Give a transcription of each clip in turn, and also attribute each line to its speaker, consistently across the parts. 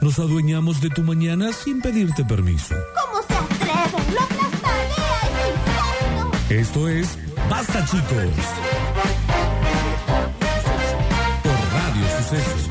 Speaker 1: Nos adueñamos de tu mañana sin pedirte permiso.
Speaker 2: ¿Cómo se atreven? ¡Lo aplastaré a ese insecto!
Speaker 1: Esto es Basta, chicos. Por Radio Sucesos.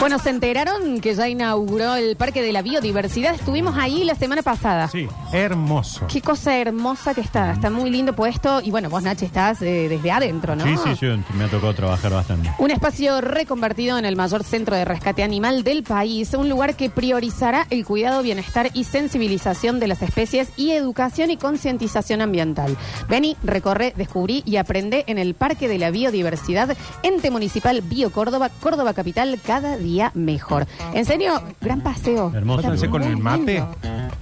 Speaker 3: Bueno, ¿se enteraron que ya inauguró el Parque de la Biodiversidad? Estuvimos ahí la semana pasada.
Speaker 4: Sí, hermoso.
Speaker 3: Qué cosa hermosa que está. Está muy lindo puesto. Y bueno, vos, Nachi, estás eh, desde adentro, ¿no?
Speaker 4: Sí, sí, yo me ha tocado trabajar bastante.
Speaker 3: Un espacio reconvertido en el mayor centro de rescate animal del país, un lugar que priorizará el cuidado, bienestar y sensibilización de las especies y educación y concientización ambiental. Vení, recorre, descubrí y aprende en el Parque de la Biodiversidad, ente municipal Bio Córdoba, Córdoba Capital, cada día mejor. En serio, gran paseo.
Speaker 4: Hermoso.
Speaker 3: Está
Speaker 4: Entonces, con
Speaker 3: muy
Speaker 4: el mate,
Speaker 3: lindo.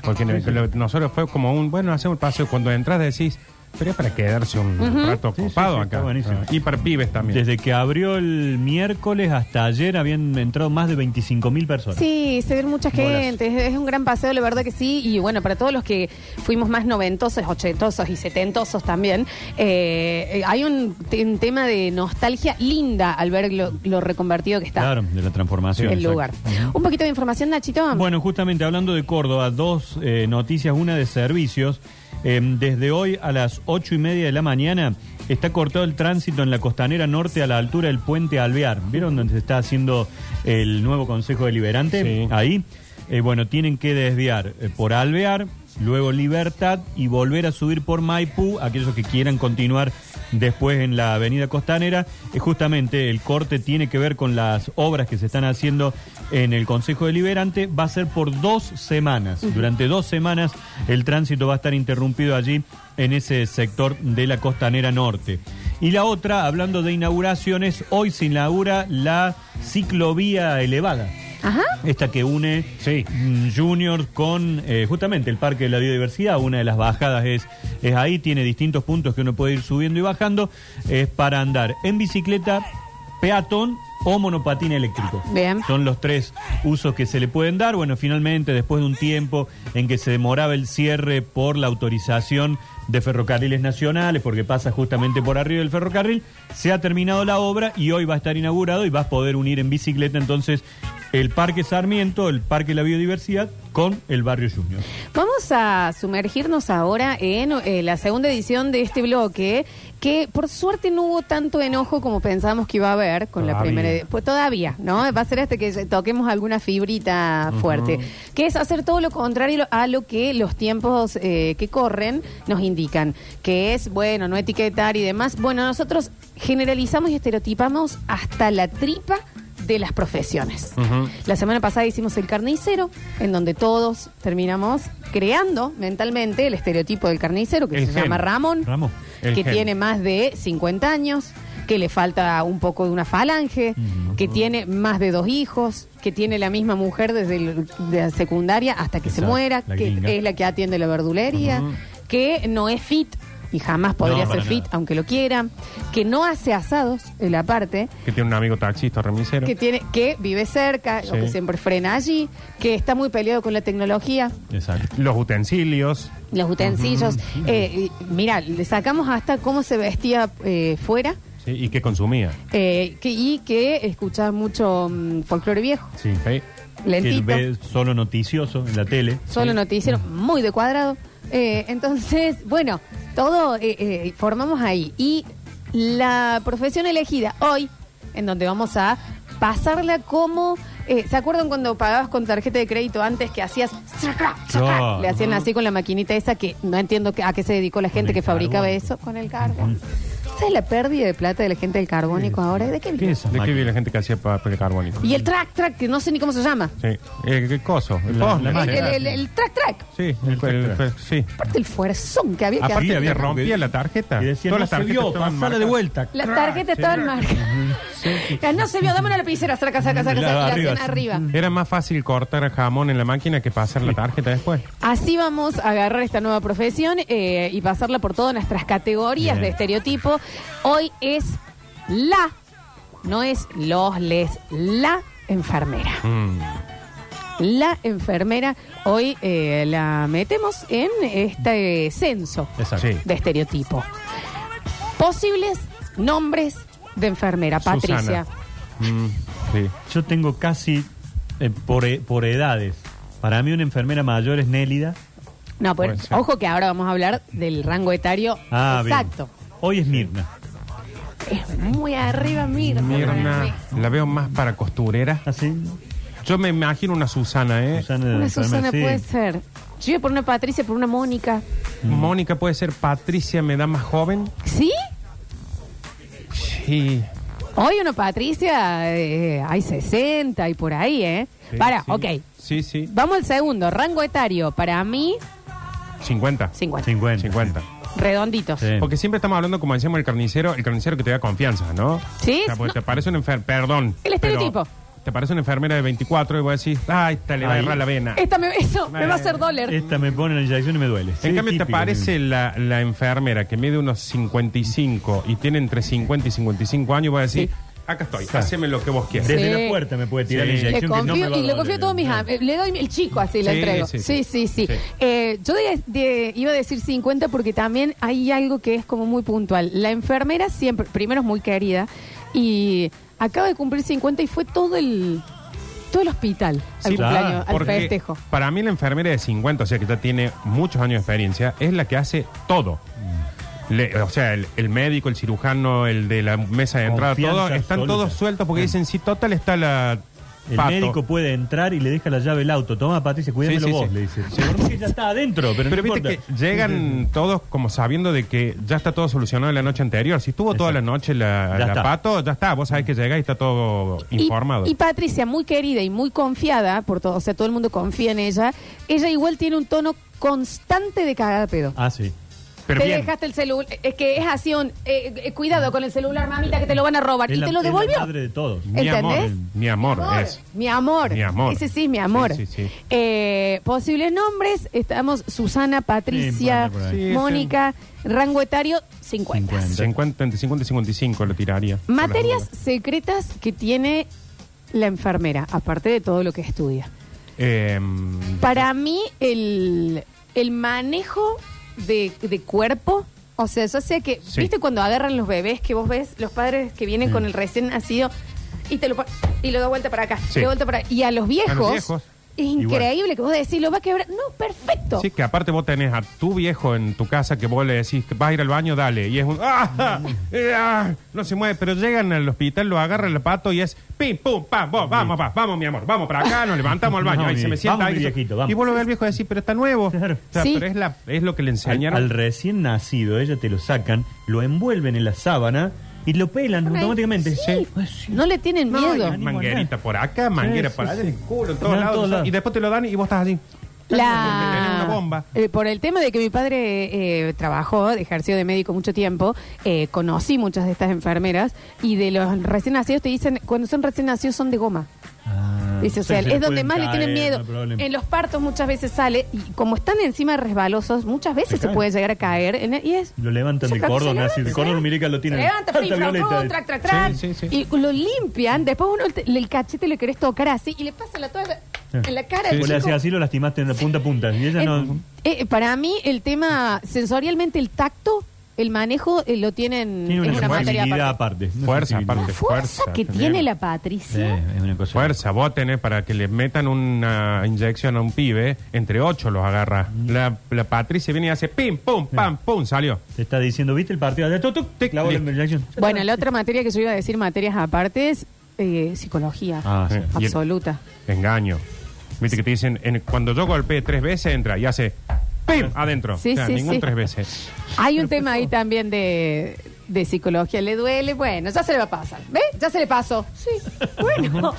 Speaker 4: porque lo- nosotros fue como un, bueno, hacemos el paseo. Cuando entras decís, pero es para quedarse un rato ocupado
Speaker 5: sí,
Speaker 4: acá. Ah,
Speaker 5: está buenísimo.
Speaker 4: Y para pibes también.
Speaker 5: Desde que abrió el miércoles hasta ayer habían entrado más de 25.000 personas.
Speaker 3: Sí, se ven mucha
Speaker 5: Bolas.
Speaker 3: gente, es- es un gran paseo, la verdad que sí, y bueno, para todos los que fuimos más noventosos, ochentosos y setentosos también, eh, eh, hay un, te- un tema de nostalgia linda al ver lo, lo reconvertido que está
Speaker 5: Claro, de la transformación.
Speaker 3: el
Speaker 5: exacto.
Speaker 3: lugar. Un poquito de información, Nachito.
Speaker 5: Bueno, justamente hablando de Córdoba, dos eh, noticias, una de servicios. Eh, desde hoy a las ocho y media de la mañana está cortado el tránsito en la costanera norte a la altura del puente Alvear. ¿Vieron donde se está haciendo el nuevo Consejo Deliberante?
Speaker 4: Sí.
Speaker 5: Ahí. Eh, bueno, tienen que desviar eh, por Alvear, luego Libertad y volver a subir por Maipú, aquellos que quieran continuar después en la avenida costanera. Eh, justamente el corte tiene que ver con las obras que se están haciendo en el Consejo Deliberante. Va a ser por dos semanas. Durante dos semanas el tránsito va a estar interrumpido allí en ese sector de la costanera norte. Y la otra, hablando de inauguraciones, hoy se inaugura la ciclovía elevada.
Speaker 3: Ajá.
Speaker 5: Esta que une
Speaker 4: Sí.
Speaker 5: mm, Junior con eh, justamente el Parque de la Biodiversidad. Una de las bajadas es, es ahí, tiene distintos puntos que uno puede ir subiendo y bajando. Es para andar en bicicleta, peatón o monopatín eléctrico.
Speaker 3: Bien.
Speaker 5: Son los tres usos que se le pueden dar. Bueno, finalmente, después de un tiempo en que se demoraba el cierre por la autorización de ferrocarriles nacionales, porque pasa justamente por arriba del ferrocarril, se ha terminado la obra y hoy va a estar inaugurado y vas a poder unir en bicicleta entonces el Parque Sarmiento, el Parque de la Biodiversidad con el Barrio Junior.
Speaker 3: Vamos a sumergirnos ahora en eh, la segunda edición de este bloque, que por suerte no hubo tanto enojo como pensábamos que iba a haber con la
Speaker 4: Todavía.
Speaker 3: primera. edi- Pues todavía, ¿no? Va a ser hasta que toquemos alguna fibrita fuerte, que es hacer todo lo contrario a lo que los tiempos eh, que corren nos indican, que es, bueno, no etiquetar y demás. Bueno, nosotros generalizamos y estereotipamos hasta la tripa de las profesiones.
Speaker 4: Ujú.
Speaker 3: La semana pasada hicimos el carnicero, en donde todos terminamos creando mentalmente el estereotipo del carnicero, que
Speaker 4: El
Speaker 3: se
Speaker 4: gen.
Speaker 3: llama Ramón,
Speaker 5: Ramón,
Speaker 4: el
Speaker 3: que
Speaker 4: gen.
Speaker 3: tiene más de 50 años, que le falta un poco de una falange, que tiene más de dos hijos, que tiene la misma mujer desde el- de la secundaria hasta que se
Speaker 5: Exacto,
Speaker 3: muera,
Speaker 5: la
Speaker 3: que
Speaker 5: gringa.
Speaker 3: es la que atiende la verdulería, que no es fit. Y jamás podría
Speaker 5: para
Speaker 3: ser fit,
Speaker 5: nada.
Speaker 3: aunque lo quiera. Que no hace asados, en la parte.
Speaker 4: Que tiene un amigo taxista remisero.
Speaker 3: Que tiene, que vive cerca, o
Speaker 4: Sí.
Speaker 3: que siempre frena allí, que está muy peleado con la tecnología,
Speaker 5: Exacto.
Speaker 4: Los utensilios.
Speaker 3: los utensilios. Eh, y mira, le sacamos hasta cómo se vestía eh, fuera
Speaker 4: sí, y que consumía.
Speaker 3: eh, que, y que escuchaba mucho mm, folclore viejo,
Speaker 4: Sí.
Speaker 3: lentito,
Speaker 5: Que ve solo noticioso en la tele.
Speaker 3: solo noticiero, muy de cuadrado. Eh, entonces, bueno, todo eh, eh, formamos ahí. Y la profesión elegida hoy, en donde vamos a pasarla como... eh, ¿Se acuerdan cuando pagabas con tarjeta de crédito antes que hacías...
Speaker 5: Claro.
Speaker 3: Le hacían así con la maquinita esa que no entiendo que- a qué se dedicó la gente
Speaker 5: el
Speaker 3: que fabricaba
Speaker 5: carbón.
Speaker 3: eso con el carbón. sabes la pérdida de plata de la gente del carbónico ahora? ¿De qué
Speaker 4: ¿Qué
Speaker 3: vive?
Speaker 5: Ah,
Speaker 4: es? ¿De qué vive la gente que hacía papel carbónico?
Speaker 3: Y el track track, que no sé ni cómo se llama.
Speaker 4: Sí. Eh, ¿Qué coso? El
Speaker 5: La-
Speaker 4: postre.
Speaker 5: la
Speaker 3: El,
Speaker 5: máquina.
Speaker 4: Sí,
Speaker 3: el- el- el track track.
Speaker 4: Sí, el, el- el- sí.
Speaker 3: Aparte el fuerzón que había que
Speaker 4: Aparte
Speaker 5: hacía?
Speaker 4: había
Speaker 3: hacer.
Speaker 4: rompía la tarjeta.
Speaker 5: Y decían, no
Speaker 4: Todas las
Speaker 5: se
Speaker 4: tarjetas
Speaker 5: vio,
Speaker 4: estaban
Speaker 5: pasala de
Speaker 4: marcadas.
Speaker 5: vuelta.
Speaker 3: La
Speaker 4: Crack,
Speaker 3: tarjeta estaba en marca. Ya No se vio, dame una lapicera, saca, saca, saca,
Speaker 5: La-
Speaker 3: saca, y
Speaker 5: arriba,
Speaker 3: la hacían
Speaker 5: sí.
Speaker 3: arriba.
Speaker 4: Era más fácil cortar jamón en la máquina que pasar la tarjeta después.
Speaker 3: Así vamos a agarrar esta nueva profesión eh, y pasarla por todas nuestras categorías
Speaker 5: Bien.
Speaker 3: de estereotipo. Hoy es la, no es los, les, la enfermera.
Speaker 4: Mm.
Speaker 3: La enfermera, hoy eh, la metemos en este censo
Speaker 5: Exacto.
Speaker 4: Sí.
Speaker 3: de estereotipo. Posibles nombres de enfermera. Patricia.
Speaker 4: Susana. Mm, sí.
Speaker 5: Yo tengo casi eh, por, e- por edades. Para mí una enfermera mayor es Nélida.
Speaker 3: No, pero
Speaker 4: Puede ser.
Speaker 3: ojo que ahora vamos a hablar del rango etario
Speaker 5: Ah, bien.
Speaker 3: exacto.
Speaker 5: Hoy es Mirna.
Speaker 3: Es muy arriba Mirna.
Speaker 4: Mirna, Eh, la veo más para costurera.
Speaker 5: ¿Así?
Speaker 4: Yo me imagino una Susana, ¿eh?
Speaker 5: Ah, Susana,
Speaker 3: Una
Speaker 5: enfermera,
Speaker 3: Susana
Speaker 5: sí.
Speaker 3: puede ser. Yo iba por una Patricia, por una Mónica.
Speaker 4: Mónica puede ser Patricia, me da más joven.
Speaker 3: ¿Sí?
Speaker 4: Sí.
Speaker 3: Hoy una Patricia, eh, hay 60 y por ahí, ¿eh?
Speaker 4: Sí,
Speaker 3: Para,
Speaker 4: sí.
Speaker 3: ok.
Speaker 4: Sí, sí.
Speaker 3: Vamos al segundo. Rango etario, para mí,
Speaker 4: 50.
Speaker 3: 50.
Speaker 5: 50.
Speaker 4: 50.
Speaker 3: Redonditos.
Speaker 5: Sí.
Speaker 4: Porque siempre estamos hablando, como decíamos, el carnicero, el carnicero que te da confianza, ¿no?
Speaker 3: Sí,
Speaker 4: O sea, porque
Speaker 3: no.
Speaker 4: te parece un enfermero, perdón.
Speaker 3: El estereotipo.
Speaker 4: pero Te parece una enfermera de 24 y vos decís, ay, esta le va a
Speaker 5: Ay.
Speaker 4: agarrar la vena.
Speaker 3: Esta me, eso me va a hacer dólar.
Speaker 5: Esta me pone la inyección y me duele. Sí,
Speaker 4: en cambio, te
Speaker 5: típico,
Speaker 4: parece la, la enfermera que mide unos 55 y tiene entre 50 y 55 años y vos decís, acá estoy, haceme lo que vos quieras.
Speaker 5: Desde
Speaker 3: Sí.
Speaker 5: la puerta me puede tirar
Speaker 4: Sí.
Speaker 5: la
Speaker 4: Le
Speaker 5: inyección
Speaker 3: Le
Speaker 5: que no me
Speaker 3: confío,
Speaker 5: va a
Speaker 3: y le
Speaker 5: doler.
Speaker 3: confío a todos mis am- eh, Le doy el chico así, le
Speaker 4: Sí,
Speaker 3: entrego. Sí,
Speaker 4: sí,
Speaker 3: sí,
Speaker 4: sí.
Speaker 3: sí.
Speaker 4: Sí.
Speaker 3: Eh, yo de- de- iba a decir 50 porque también hay algo que es como muy puntual. La enfermera siempre, primero es muy querida y acaba de cumplir 50 y fue todo el todo el hospital al
Speaker 4: Sí,
Speaker 3: cumpleaños, al
Speaker 4: Ah, porque
Speaker 3: festejo.
Speaker 4: Para mí la enfermera de 50, o sea que ya tiene muchos años de experiencia, es la que hace todo.
Speaker 5: Mm.
Speaker 4: Le- o sea, el, el médico, el cirujano, el de la mesa de entrada,
Speaker 5: Confianza
Speaker 4: todo, están
Speaker 5: absoluta.
Speaker 4: todos sueltos porque dicen, sí, total está la...
Speaker 5: El
Speaker 4: pato".
Speaker 5: médico puede entrar y le deja la llave el auto. Toma, Patricia, cuídamelo
Speaker 4: Sí, sí,
Speaker 5: vos,
Speaker 4: sí.
Speaker 5: le dice. Seguro que ya está adentro, pero,
Speaker 4: Pero
Speaker 5: no
Speaker 4: viste
Speaker 5: importa.
Speaker 4: que llegan todos como sabiendo de que ya está todo solucionado la noche anterior. Si estuvo toda la
Speaker 5: Exacto.
Speaker 4: noche la,
Speaker 5: Ya
Speaker 4: la
Speaker 5: está.
Speaker 4: pato, ya está. Vos sabés que llega y está todo
Speaker 3: Y-
Speaker 4: informado.
Speaker 3: Y, Patricia, muy querida y muy confiada, por todo, o sea, todo el mundo confía en ella, ella igual tiene un tono constante de cagada de pedo.
Speaker 5: Ah, sí.
Speaker 4: Pero
Speaker 3: te
Speaker 4: bien.
Speaker 3: dejaste el celular, es que es así un, eh, eh, cuidado con el celular, mamita, que te lo van a robar.
Speaker 5: Es
Speaker 3: y
Speaker 5: la-
Speaker 3: te lo
Speaker 5: es la
Speaker 3: devolvió.
Speaker 5: madre de todos.
Speaker 4: Mi amor,
Speaker 3: ¿entendés?
Speaker 4: mi amor, es.
Speaker 3: Mi amor.
Speaker 4: Mi amor.
Speaker 3: Ese sí es mi amor.
Speaker 4: Sí, sí, sí.
Speaker 3: Eh, posibles nombres, estamos Susana, Patricia,
Speaker 5: Sí, por ahí.
Speaker 4: Sí, sí.
Speaker 3: Mónica, rango etario 50.
Speaker 5: 50.
Speaker 4: 50, entre 50 y 55 lo tiraría. por las
Speaker 3: Materias
Speaker 4: dudas.
Speaker 3: secretas que tiene la enfermera, aparte de todo lo que estudia.
Speaker 4: Eh,
Speaker 3: Para mí, el, el manejo de, de cuerpo, o sea, eso sea que,
Speaker 4: Sí. Mm.
Speaker 3: ¿viste cuando agarran los bebés que vos ves, los padres que vienen con el recién nacido y te lo pon- y lo da vuelta para acá,
Speaker 4: Sí.
Speaker 3: de vuelta para y a los viejos,
Speaker 4: viejos.
Speaker 3: es increíble que vos decís, lo va a quebrar. No, perfecto.
Speaker 4: sí, que aparte vos tenés a tu viejo en tu casa que vos le decís que vas a ir al baño, dale. Y es un. ¡Ah!
Speaker 3: Mm.
Speaker 4: Eh, ah, no se mueve, pero llegan al hospital, lo agarran el pato y es. ¡Pim, pum, pam! vos, vamos, va, vamos, mi amor, vamos para acá, nos levantamos al baño.
Speaker 5: Vamos,
Speaker 4: Ahí se
Speaker 5: Mm. mi-
Speaker 4: me sienta
Speaker 5: vamos,
Speaker 4: ahí.
Speaker 5: mi viejito, vamos.
Speaker 4: Y vos lo ves al viejo y decís, pero está nuevo.
Speaker 5: Claro.
Speaker 4: O sea,
Speaker 3: Sí.
Speaker 4: pero es, la, es lo que le
Speaker 5: Al,
Speaker 4: enseñaron.
Speaker 5: al recién nacido, ella te lo sacan, lo envuelven en la sábana y lo pelan
Speaker 3: Por ahí.
Speaker 5: automáticamente.
Speaker 3: Sí.
Speaker 5: Pues sí.
Speaker 3: No le tienen
Speaker 4: No, y
Speaker 3: miedo.
Speaker 4: manguerita por acá, manguera
Speaker 5: Sí,
Speaker 4: por
Speaker 5: sí,
Speaker 4: allá,
Speaker 5: sí.
Speaker 4: en el culo,
Speaker 5: No,
Speaker 4: en todos
Speaker 5: en
Speaker 4: lados.
Speaker 5: todos lados.
Speaker 4: Y después te lo dan y vos estás así.
Speaker 3: La...
Speaker 4: Tenés una bomba.
Speaker 3: Eh, por el tema de que mi padre eh, trabajó, ejerció de médico mucho tiempo, eh, conocí muchas de estas enfermeras y de los recién nacidos te dicen, cuando son recién nacidos son de goma.
Speaker 5: Ah.
Speaker 3: Dice, o sea,
Speaker 5: Sí, se
Speaker 3: es donde
Speaker 5: pueden
Speaker 3: más le
Speaker 5: caer,
Speaker 3: tienen miedo.
Speaker 5: no hay problema.
Speaker 3: en los partos muchas veces sale y como están encima de resbalosos, muchas veces se,
Speaker 5: cae.
Speaker 3: puede llegar a caer. en el- y es,
Speaker 5: Lo levantan
Speaker 3: se
Speaker 5: del
Speaker 3: levanta,
Speaker 5: cordón,
Speaker 3: se
Speaker 5: así, del
Speaker 3: levanta,
Speaker 5: cordón
Speaker 3: se
Speaker 5: umbilical lo tienen.
Speaker 3: se Levanta,
Speaker 5: Alta
Speaker 3: plim, flam,
Speaker 5: violeta. eh.
Speaker 3: flum, trac, trac, trac.
Speaker 4: Sí, sí,
Speaker 3: Y lo limpian, después uno te- el cachete le querés tocar así y le pasa la toalla en la cara.
Speaker 5: Sí,
Speaker 3: al
Speaker 5: vos le
Speaker 3: chico.
Speaker 5: hacías así, lo lastimaste en la punta a punta. Y ella no.
Speaker 3: Eh, eh, para mí, el tema sensorialmente, el tacto, el manejo, eh, lo tienen.
Speaker 5: Tiene una
Speaker 3: es una materia
Speaker 5: sensibilidad
Speaker 3: aparte.
Speaker 5: aparte. Una
Speaker 4: Fuerza,
Speaker 5: sensibilidad.
Speaker 4: aparte.
Speaker 3: La fuerza
Speaker 4: Fuerza,
Speaker 3: que
Speaker 4: también.
Speaker 3: tiene la Patricia.
Speaker 5: Sí, es una cosa.
Speaker 4: Fuerza, vos tenés para que le metan una inyección a un pibe, entre ocho los agarra. La, la Patricia viene y hace pim, pum, pam, pum, salió.
Speaker 5: Te está diciendo, ¿viste el partido? De tuc, tuc, te clavó la
Speaker 4: Listo.
Speaker 5: inyección.
Speaker 3: Bueno, la otra materia que yo iba a decir, materias aparte, es eh, psicología.
Speaker 5: Ah, sí.
Speaker 4: Y el-
Speaker 3: Absoluta.
Speaker 4: Engaño. Viste que te dicen, en- cuando yo golpeé tres veces, entra y hace pim, adentro.
Speaker 3: Sí,
Speaker 4: o sea,
Speaker 3: sí,
Speaker 4: ningún
Speaker 3: sí.
Speaker 4: tres veces.
Speaker 3: Hay un tema ahí también de, de psicología le duele. Bueno, ya se le va a pasar. ¿Ve? Ya se le pasó. Sí. Bueno.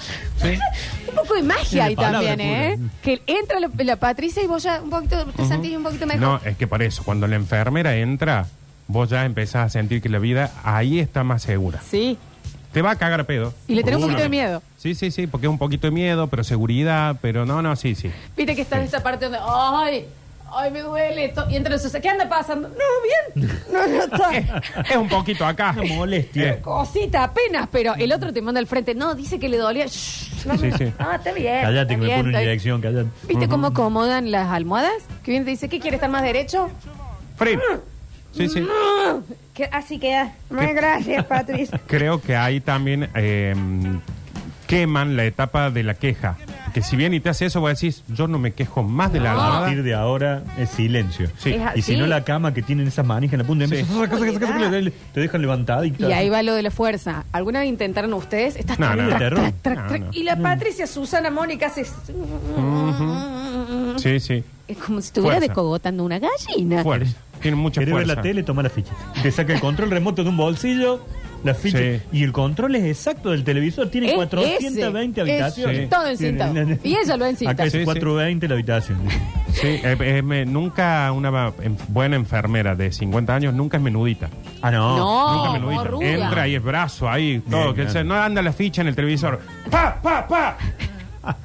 Speaker 3: Un poco de magia
Speaker 5: Tiene
Speaker 3: ahí
Speaker 5: palabra
Speaker 3: también,
Speaker 5: pura.
Speaker 3: ¿eh? Que entra la, la Patricia y vos ya un poquito, te sentís un poquito
Speaker 4: No,
Speaker 3: mejor.
Speaker 4: es que por eso, cuando la enfermera entra, vos ya empezás a sentir que la vida ahí está más segura.
Speaker 3: Sí.
Speaker 4: Te va a cagar a pedo.
Speaker 3: Y le tenés un
Speaker 4: Seguro.
Speaker 3: poquito de miedo.
Speaker 4: Sí, sí, sí, porque es un poquito de miedo, pero seguridad, pero no, no, sí, sí.
Speaker 3: Viste que está en esa parte donde, ay, ay, me duele esto. Y entra en su- ¿qué anda pasando? No, bien. No, no está.
Speaker 4: Es un poquito acá.
Speaker 5: Una molestia.
Speaker 3: Cosita apenas, pero el otro te manda al frente. No, dice que le dolía. Shh, no,
Speaker 4: Sí, sí.
Speaker 3: Ah, está bien.
Speaker 5: Callate
Speaker 3: está
Speaker 5: que me
Speaker 3: bien,
Speaker 5: pone una
Speaker 3: está bien.
Speaker 5: dirección, callate.
Speaker 3: ¿Viste cómo acomodan las almohadas? Que bien te dice, ¿qué quiere estar más derecho?
Speaker 4: Frío. Sí, sí.
Speaker 2: Que así queda. Muchas gracias, Patricia.
Speaker 4: Creo que ahí también eh, queman la etapa de la queja. Que si bien y te hace eso, vos decís, yo no me quejo más de
Speaker 5: A
Speaker 4: la almohada.
Speaker 5: partir de ahora es silencio.
Speaker 4: Sí. Es
Speaker 5: Y
Speaker 3: así.
Speaker 5: si no la cama que tienen esas manijas en la punta de mesa,
Speaker 4: Sí.
Speaker 5: saca, saca, saca, saca, le- te dejan levantadita.
Speaker 3: Y ahí va lo de la fuerza. ¿Alguna vez intentaron ustedes? Estás
Speaker 4: No,
Speaker 3: tan-
Speaker 4: no,
Speaker 3: trac,
Speaker 5: terror. Mm.
Speaker 3: trac, trac,
Speaker 4: No,
Speaker 3: trac.
Speaker 4: no.
Speaker 3: Y la Patricia Susana Mónica hace...
Speaker 4: Sí, sí.
Speaker 3: Es como si estuviera
Speaker 4: Fuerza.
Speaker 3: decogotando una gallina.
Speaker 4: Fuerza. Tiene mucha
Speaker 5: ¿Querés ver
Speaker 4: fuerza.
Speaker 5: la tele? Toma la ficha. Te saca el control remoto de un bolsillo, la ficha.
Speaker 4: Sí.
Speaker 5: Y el control es exacto del televisor. Tiene
Speaker 3: Es
Speaker 5: 420
Speaker 3: ese, es
Speaker 5: habitaciones.
Speaker 3: todo encintado.
Speaker 5: Tiene-
Speaker 3: Y ella lo encintado.
Speaker 5: Acá es
Speaker 4: Sí, sí.
Speaker 5: 420 la habitación.
Speaker 4: Sí, eh, eh, me- nunca una va- em- buena enfermera de 50 años nunca es menudita.
Speaker 5: Ah, no.
Speaker 3: No,
Speaker 4: nunca menudita.
Speaker 3: morruda.
Speaker 4: Entra y es brazo ahí, todo.
Speaker 5: Bien,
Speaker 4: que
Speaker 5: bien.
Speaker 4: se- no anda la ficha en el televisor. ¡Pa, pa, pa!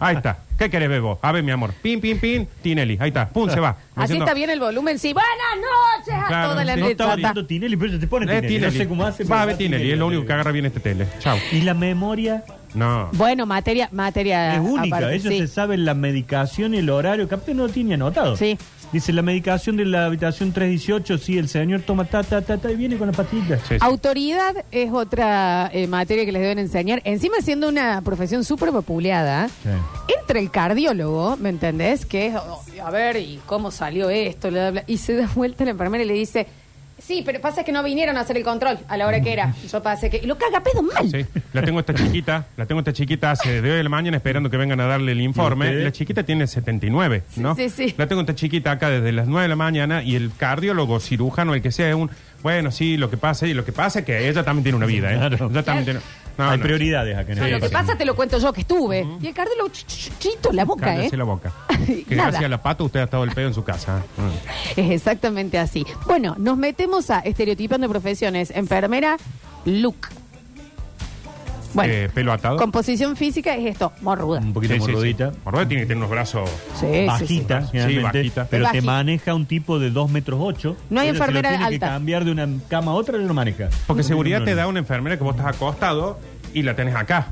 Speaker 4: Ahí está. ¿Qué querés ver vos? A ver, mi amor. Pin, pin, pin. Tinelli. Ahí está. Pum, se va. Como
Speaker 3: Así
Speaker 4: diciendo,
Speaker 3: está bien el volumen. Sí, buenas noches a
Speaker 4: Claro,
Speaker 3: toda la
Speaker 4: sí.
Speaker 5: No estaba
Speaker 3: letrata.
Speaker 5: viendo Tinelli, pero ella te pone
Speaker 4: eh,
Speaker 5: Tinelli. No sé cómo hace.
Speaker 4: Va a
Speaker 5: pero
Speaker 4: ver Tinelli. Es lo único que agarra bien este tele. Chao.
Speaker 5: Y la memoria
Speaker 4: No.
Speaker 3: Bueno, materia, materia.
Speaker 5: es única.
Speaker 3: Ah, aparte,
Speaker 5: Ellos
Speaker 3: sí.
Speaker 5: se saben la medicación, el horario. Capaz no lo tiene anotado.
Speaker 3: Sí.
Speaker 5: Dice la medicación de la habitación 318. Sí, el señor toma ta, ta, ta, ta y viene con la pastillita.
Speaker 4: Sí, sí.
Speaker 3: Autoridad es otra eh, materia que les deben enseñar. Encima siendo una profesión súper populeada,
Speaker 5: Sí.
Speaker 3: entra el cardiólogo, ¿me entendés? Que es, oh, a ver, ¿y cómo salió esto? Bla, bla, bla. Y se da vuelta la enfermera y le dice, sí, pero pasa que no vinieron a hacer el control a la hora que era. Yo pasé que... Y lo caga pedo mal.
Speaker 4: Sí, la tengo esta chiquita, la tengo esta chiquita hace de hoy de la mañana esperando que vengan a darle el
Speaker 5: ¿Y
Speaker 4: informe.
Speaker 5: usted?
Speaker 4: La chiquita tiene 79, ¿no?
Speaker 3: sí, sí.
Speaker 4: La tengo esta chiquita acá desde las 9 de la mañana y el cardiólogo, cirujano, el que sea, es un, bueno, sí, lo que pasa y lo que pasa es que ella también tiene una vida, ¿eh?
Speaker 5: Claro.
Speaker 4: Ella también tiene... No,
Speaker 5: Hay
Speaker 4: no.
Speaker 5: prioridades acá. en
Speaker 3: No,
Speaker 5: el
Speaker 3: lo que
Speaker 5: país.
Speaker 3: pasa te lo cuento yo que estuve. Y el cardiólogo, ch- ch- chito la boca,
Speaker 4: Cállese
Speaker 3: ¿eh?
Speaker 4: la boca. Que
Speaker 3: Nada.
Speaker 4: gracias a la pata usted ha estado el pedo en su casa. ¿eh?
Speaker 3: Es exactamente así. Bueno, nos metemos a estereotipando profesiones. Enfermera, look. Bueno,
Speaker 4: Eh, Mm, pelo atado.
Speaker 3: composición física es esto, morruda.
Speaker 5: Un poquito
Speaker 4: Sí, sí, sí.
Speaker 5: morrodita.
Speaker 4: Morrodita tiene que tener unos brazos...
Speaker 3: Sí, sí, sí.
Speaker 5: bajita, generalmente,
Speaker 4: bajita.
Speaker 5: pero
Speaker 3: Bajita.
Speaker 5: te maneja un tipo de 2 metros 8.
Speaker 3: No hay enfermera
Speaker 5: tiene que
Speaker 3: alta.
Speaker 5: cambiar de una cama a otra, lo maneja.
Speaker 4: Porque seguridad
Speaker 5: No,
Speaker 4: te
Speaker 5: no,
Speaker 4: da
Speaker 5: no.
Speaker 4: una enfermera que vos estás acostado y la tenés acá.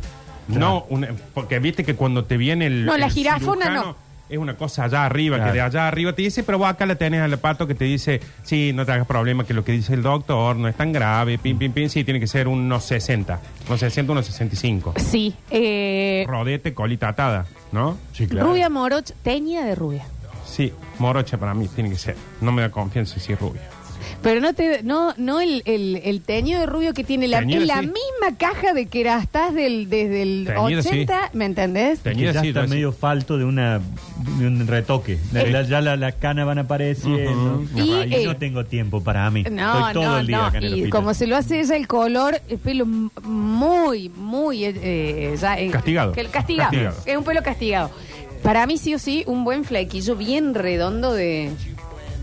Speaker 4: No, una- porque viste que cuando te viene el.
Speaker 3: No, la
Speaker 4: el
Speaker 3: jirafona
Speaker 4: cirujano,
Speaker 3: no.
Speaker 4: Es una cosa allá arriba,
Speaker 5: Claro.
Speaker 4: que de allá arriba te dice, pero vos acá la tenés al pato que te dice, sí, no te hagas problema, que lo que dice el doctor no es tan grave, pim, pim, pim, sí, tiene que ser unos 60, unos 60, unos 65.
Speaker 3: Sí. eh,
Speaker 4: Rodete, colita atada, ¿no?
Speaker 5: Sí, claro.
Speaker 3: Rubia moroch, teñida de rubia.
Speaker 4: Sí, morocha para mí tiene que ser. No me da confianza si es rubia.
Speaker 3: Pero no te, no, no el, el, el teñido de rubio que tiene la,
Speaker 4: Teñido,
Speaker 3: es la
Speaker 4: sí.
Speaker 3: misma caja de kerastás del, desde el
Speaker 4: Teñido, sí.
Speaker 3: 80, ¿me entendés?
Speaker 5: Que
Speaker 4: Teñida,
Speaker 5: ya
Speaker 4: sí,
Speaker 5: está
Speaker 4: lo es.
Speaker 5: medio falto de, una, de un retoque. La- la- ya las la canas van apareciendo.
Speaker 4: Ujú.
Speaker 3: Y,
Speaker 5: Ay,
Speaker 3: eh,
Speaker 5: no tengo tiempo para mí.
Speaker 3: No,
Speaker 5: Estoy todo
Speaker 3: no,
Speaker 5: el día
Speaker 3: no.
Speaker 5: acá en el
Speaker 3: Y
Speaker 5: hospital.
Speaker 3: como se lo hace ella, el color, el pelo m- muy, muy. eh, ya, eh,
Speaker 4: Castigado.
Speaker 3: que el castigado.
Speaker 4: Castigado.
Speaker 3: Es un pelo castigado. Para mí, sí o sí, un buen flequillo bien redondo de,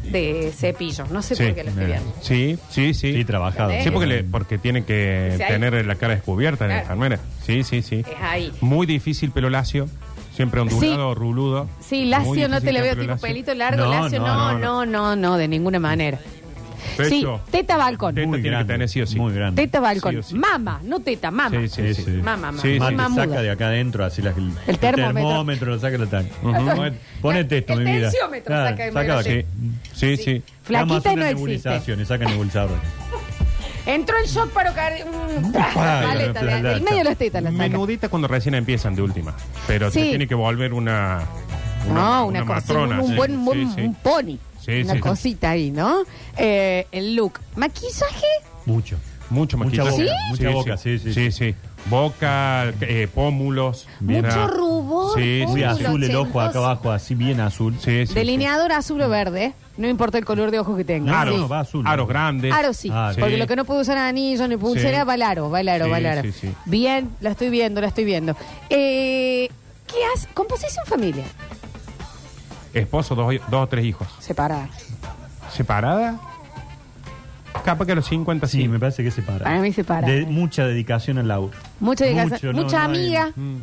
Speaker 3: de cepillo. No sé
Speaker 4: Sí,
Speaker 3: por qué lo estoy
Speaker 5: mira.
Speaker 3: viendo.
Speaker 4: Sí, sí, sí.
Speaker 5: Sí, trabajado.
Speaker 4: Sí, porque, le- porque tiene que
Speaker 3: O sea, ahí-
Speaker 4: tener la cara descubierta la
Speaker 3: Claro.
Speaker 4: enfermera. Sí, sí, sí.
Speaker 3: Es ahí.
Speaker 4: Muy difícil pelo lacio, siempre ondulado, ruludo.
Speaker 3: Sí,
Speaker 4: Muy
Speaker 3: lacio no
Speaker 4: difícil
Speaker 3: te le
Speaker 4: que
Speaker 3: veo
Speaker 4: pelo
Speaker 3: tipo
Speaker 4: lacio.
Speaker 3: pelito largo,
Speaker 5: No,
Speaker 3: lacio. No no no,
Speaker 5: no,
Speaker 3: no, de ninguna manera.
Speaker 4: Pecho.
Speaker 3: Sí, teta balcón.
Speaker 4: Teta
Speaker 5: Muy
Speaker 4: tiene que
Speaker 5: grande,
Speaker 4: tener sí o sí.
Speaker 5: Muy grande.
Speaker 3: Teta balcón.
Speaker 4: Sí o sí.
Speaker 3: Mama, no teta, mama.
Speaker 4: Sí, sí,
Speaker 5: Sí,
Speaker 4: sí.
Speaker 5: sí.
Speaker 3: Mamá, mamá.
Speaker 4: Sí, sí,
Speaker 5: Más
Speaker 4: sí.
Speaker 3: Mamá.
Speaker 5: te saca
Speaker 3: muda.
Speaker 5: de acá adentro, así las- el
Speaker 3: termómetro.
Speaker 5: termómetro lo saca y lo saca. Ponete esto,
Speaker 3: El
Speaker 5: mi vida.
Speaker 3: tensiómetro
Speaker 5: Ah,
Speaker 3: saca de
Speaker 5: sácalo
Speaker 3: medio.
Speaker 5: aquí.
Speaker 4: Sí, sí, sí.
Speaker 5: Vamos a
Speaker 3: Flaquita no
Speaker 5: hacer una
Speaker 3: existe.
Speaker 5: nebulización y saca nebulizador.
Speaker 3: Entró el shock para cargar.
Speaker 5: Ah,
Speaker 3: Maleta,
Speaker 5: la-
Speaker 3: de-
Speaker 5: la-
Speaker 3: del medio de las tetas la saca.
Speaker 4: Menudita cuando recién empiezan de última. Pero se
Speaker 3: Sí.
Speaker 4: tiene que volver una.
Speaker 3: No, una, cosita,
Speaker 4: matrona,
Speaker 3: un
Speaker 4: sí,
Speaker 3: buen, buen-
Speaker 4: sí, sí.
Speaker 3: un pony.
Speaker 4: Sí,
Speaker 3: una
Speaker 4: sí.
Speaker 3: cosita ahí, ¿no? Eh, el look. ¿Maquillaje?
Speaker 5: Mucho.
Speaker 4: Mucho
Speaker 5: Mucha
Speaker 4: maquillaje.
Speaker 5: boca, ¿Sí? mucha boca, sí, sí, sí.
Speaker 4: Sí, sí. Boca, eh, pómulos.
Speaker 3: Mucho
Speaker 4: Ah.
Speaker 3: rubor,
Speaker 4: Sí,
Speaker 5: Muy
Speaker 4: sí,
Speaker 3: pómulos.
Speaker 4: sí.
Speaker 5: azul el ojo acá
Speaker 3: ochentoso.
Speaker 5: abajo, así bien azul.
Speaker 4: Sí, sí, sí.
Speaker 3: Delineador azul o verde. No importa el color de ojos que tenga.
Speaker 5: Claro.
Speaker 3: sí.
Speaker 5: No, va azul.
Speaker 4: Aros grandes.
Speaker 3: Aro sí,
Speaker 5: Ah,
Speaker 3: porque
Speaker 4: sí.
Speaker 3: lo que no puede usar anillo ni pulsera,
Speaker 4: Sí.
Speaker 3: va al aro, va al aro,
Speaker 4: Sí,
Speaker 3: va al aro.
Speaker 4: sí, sí.
Speaker 3: Bien, la estoy viendo, la estoy viendo. Eh, ¿Qué haces? Composición familia.
Speaker 4: Esposo, dos, dos o tres hijos.
Speaker 3: Separada.
Speaker 4: ¿Separada? Capaz que a los 50 sí.
Speaker 5: Sí, me parece que se para.
Speaker 3: Para mí se para.
Speaker 5: De, mucha dedicación al laburo.
Speaker 3: Mucha, dedicación-
Speaker 5: Mucho, no,
Speaker 3: mucha
Speaker 5: no hay-
Speaker 3: amiga.
Speaker 5: Mm.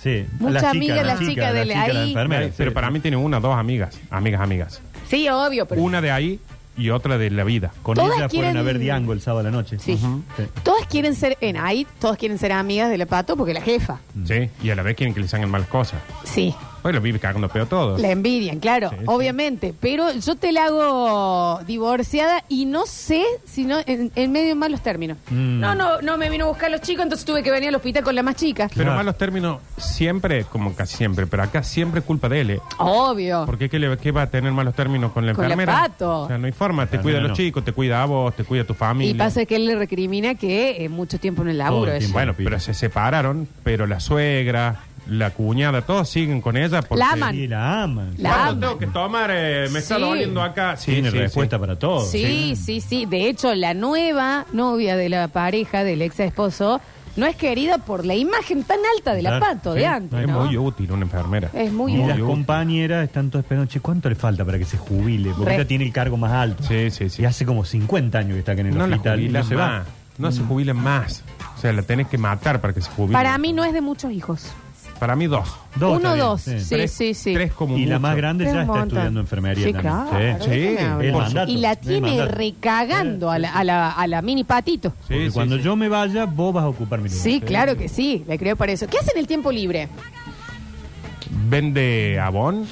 Speaker 5: Sí.
Speaker 3: Mucha
Speaker 5: la chica,
Speaker 3: amiga, la chica
Speaker 5: la
Speaker 3: de
Speaker 5: chica, la
Speaker 3: ahí.
Speaker 5: enfermera, sí.
Speaker 4: Pero para mí tiene una, dos amigas. Amigas, amigas.
Speaker 3: Sí, obvio, pero
Speaker 4: Una de ahí y otra de la vida.
Speaker 5: Con
Speaker 3: Todas
Speaker 5: ella
Speaker 3: quieren-
Speaker 5: fueron a ver Diango el sábado a la noche.
Speaker 3: Sí.
Speaker 5: Ujú. Sí.
Speaker 3: todas quieren ser en ahí, todas quieren ser amigas de la pato porque la jefa.
Speaker 5: Mm.
Speaker 4: Sí. Y a la vez quieren que les hagan malas cosas.
Speaker 3: Sí.
Speaker 4: Pues lo vive cagando pedo todo.
Speaker 3: La envidian, claro,
Speaker 4: Sí, sí.
Speaker 3: obviamente. Pero yo te la hago divorciada y no sé si no, en, en medio de malos términos.
Speaker 5: Mm.
Speaker 3: No, no, no me vino a buscar los chicos, entonces tuve que venir al hospital con la más chica.
Speaker 4: Pero
Speaker 5: Claro.
Speaker 4: malos términos siempre, como casi siempre, pero acá siempre es culpa de él. ¿eh?
Speaker 3: Obvio.
Speaker 4: ¿Por qué, qué le- qué va a tener malos términos con la
Speaker 3: Oh. Con la
Speaker 4: enfermera?
Speaker 3: pato.
Speaker 4: O sea, no hay forma. Te cuida a los
Speaker 5: no.
Speaker 4: chicos, te cuida a vos, te cuida a tu familia.
Speaker 3: Y pasa que él le recrimina que eh, mucho tiempo en el laburo.
Speaker 5: Todo el
Speaker 3: ella.
Speaker 5: tiempo.
Speaker 4: Bueno, pero se separaron, pero la suegra, la cuñada, todos siguen con ella. Porque...
Speaker 3: La aman.
Speaker 5: Sí, la aman.
Speaker 3: La
Speaker 4: ¿Cuánto
Speaker 3: aman.
Speaker 4: tengo que tomar? Eh, me está
Speaker 3: Sí.
Speaker 4: doliendo acá. Sí,
Speaker 5: Tiene
Speaker 4: sí,
Speaker 5: respuesta
Speaker 4: sí.
Speaker 5: para todo.
Speaker 3: Sí, sí, sí. De hecho, la nueva novia de la pareja del ex esposo no es querida por la imagen tan alta de la
Speaker 5: Claro,
Speaker 3: pato de
Speaker 5: sí.
Speaker 3: antes.
Speaker 4: Es
Speaker 3: ¿no?
Speaker 4: muy útil una enfermera.
Speaker 3: Es muy
Speaker 5: y las
Speaker 4: útil.
Speaker 5: compañeras están todas esperando, che, ¿cuánto le falta para que se jubile? Porque
Speaker 3: Re.
Speaker 5: ella tiene el cargo más alto.
Speaker 4: Sí, sí, sí.
Speaker 5: Y hace como 50 años que está acá en el
Speaker 4: No la
Speaker 5: hospital y no
Speaker 4: jubilan
Speaker 5: se va.
Speaker 4: más. No se jubilan más. O sea, la tenés que matar para que se jubile.
Speaker 3: Para mí no es de muchos hijos.
Speaker 4: Para mí dos.
Speaker 5: Dos,
Speaker 3: Uno
Speaker 5: está bien,
Speaker 3: dos. Sí,
Speaker 4: Tres-
Speaker 3: sí, sí.
Speaker 4: Tres como
Speaker 5: Y la
Speaker 4: mucho.
Speaker 5: más grande
Speaker 3: Es
Speaker 5: ya
Speaker 3: un
Speaker 5: está
Speaker 3: montón.
Speaker 5: estudiando enfermería
Speaker 3: Sí,
Speaker 5: también.
Speaker 3: claro,
Speaker 5: Sí,
Speaker 4: sí.
Speaker 3: ¿de qué me
Speaker 4: El
Speaker 3: hablas?
Speaker 5: mandato,
Speaker 3: Y la
Speaker 5: el
Speaker 3: tiene
Speaker 5: mandato.
Speaker 3: recagando a la, a, la, a la mini patito.
Speaker 4: Sí,
Speaker 5: Porque
Speaker 4: sí,
Speaker 5: cuando
Speaker 4: sí.
Speaker 5: yo me vaya, vos vas a ocupar mi lugar.
Speaker 3: Sí, claro que sí, le creo para eso. ¿Qué hacen el tiempo libre?
Speaker 4: Vende abón.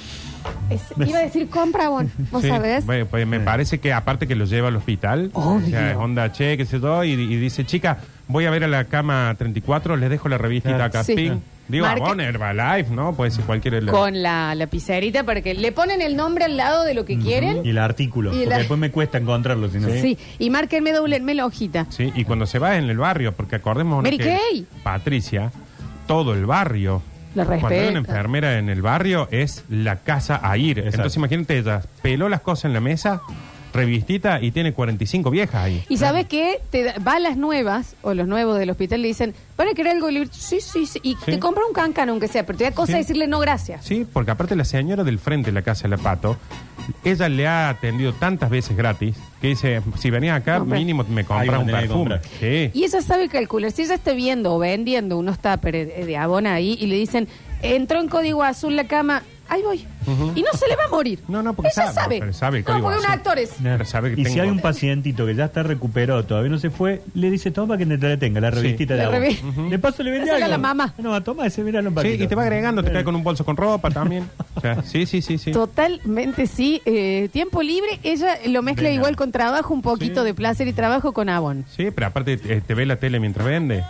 Speaker 3: Es- iba a decir compra, bon, vos
Speaker 4: Sí.
Speaker 3: sabés.
Speaker 4: Me, pues, me parece que aparte que lo lleva al hospital.
Speaker 3: Obvio.
Speaker 4: O sea, es onda che, qué sé yo. Y, y dice, chica, voy a ver a la cama 34, les dejo la revistita
Speaker 5: Claro.
Speaker 4: acá.
Speaker 3: Sí.
Speaker 4: ping. Digo,
Speaker 3: Marca-
Speaker 4: abón, Herbalife, ¿no? Puede ser cualquier...
Speaker 3: Con la lapicerita, porque le ponen el nombre al lado de lo que
Speaker 5: Y
Speaker 3: quieren.
Speaker 5: el
Speaker 3: Y
Speaker 5: artículo. porque
Speaker 3: la-
Speaker 5: después me cuesta encontrarlo. Si no.
Speaker 3: Sí, y márquenme, doblenme la hojita.
Speaker 4: Sí, y cuando se va en el barrio, porque acordemos
Speaker 3: Mary
Speaker 4: que
Speaker 3: Kay.
Speaker 4: Patricia, todo el barrio.
Speaker 3: La
Speaker 4: Cuando hay
Speaker 3: respeta.
Speaker 4: una enfermera en el barrio es la casa a ir.
Speaker 5: Exacto.
Speaker 4: Entonces imagínate, ella peló las cosas en la mesa, revistita y tiene 45 viejas ahí.
Speaker 3: Y sabes qué, te da- va a las nuevas o los nuevos del hospital le dicen, ¿van a querer algo? libre? Sí, sí, sí. Y te compra un cancan, aunque sea, pero te da cosa
Speaker 4: Sí.
Speaker 3: decirle no gracias.
Speaker 4: Sí, porque aparte la señora del frente de la casa de la Pato, ella le ha atendido tantas veces gratis que dice, si venía acá,
Speaker 3: Compra.
Speaker 4: mínimo me
Speaker 5: Algo
Speaker 4: compras un
Speaker 5: tenés que
Speaker 4: perfume.
Speaker 5: comprar.
Speaker 4: Sí.
Speaker 3: Y ella sabe calcular. Si ella está viendo o vendiendo unos tuppers eh, de abona ahí y le dicen, entró en código azul la cama, ahí voy. Y no se le va a morir.
Speaker 4: No, no, porque
Speaker 3: ella
Speaker 4: sabe,
Speaker 3: sabe.
Speaker 4: pero sabe el
Speaker 3: no,
Speaker 4: código
Speaker 3: porque un
Speaker 4: azul.
Speaker 3: actor es.
Speaker 5: No.
Speaker 4: Pero sabe que
Speaker 5: y si
Speaker 4: tengo-
Speaker 5: hay un pacientito que ya está recuperado, todavía no se fue, le dice todo para que te la tenga, la
Speaker 4: Sí.
Speaker 5: revistita de
Speaker 3: La
Speaker 5: agua.
Speaker 3: revi-
Speaker 5: De paso le vende
Speaker 3: Dásela
Speaker 5: algo.
Speaker 3: a la mamá.
Speaker 5: No, toma ese, míralo un
Speaker 4: Sí,
Speaker 5: paquito.
Speaker 4: y te va agregando, te cae con un bolso con ropa también. O sea, sí, sí, sí, sí.
Speaker 3: Totalmente sí. Eh, tiempo libre, ella lo mezcla
Speaker 5: Venga.
Speaker 3: igual con trabajo, un poquito
Speaker 4: Sí.
Speaker 3: de placer y trabajo con abón.
Speaker 4: Sí, pero aparte eh, te ve la tele mientras vende.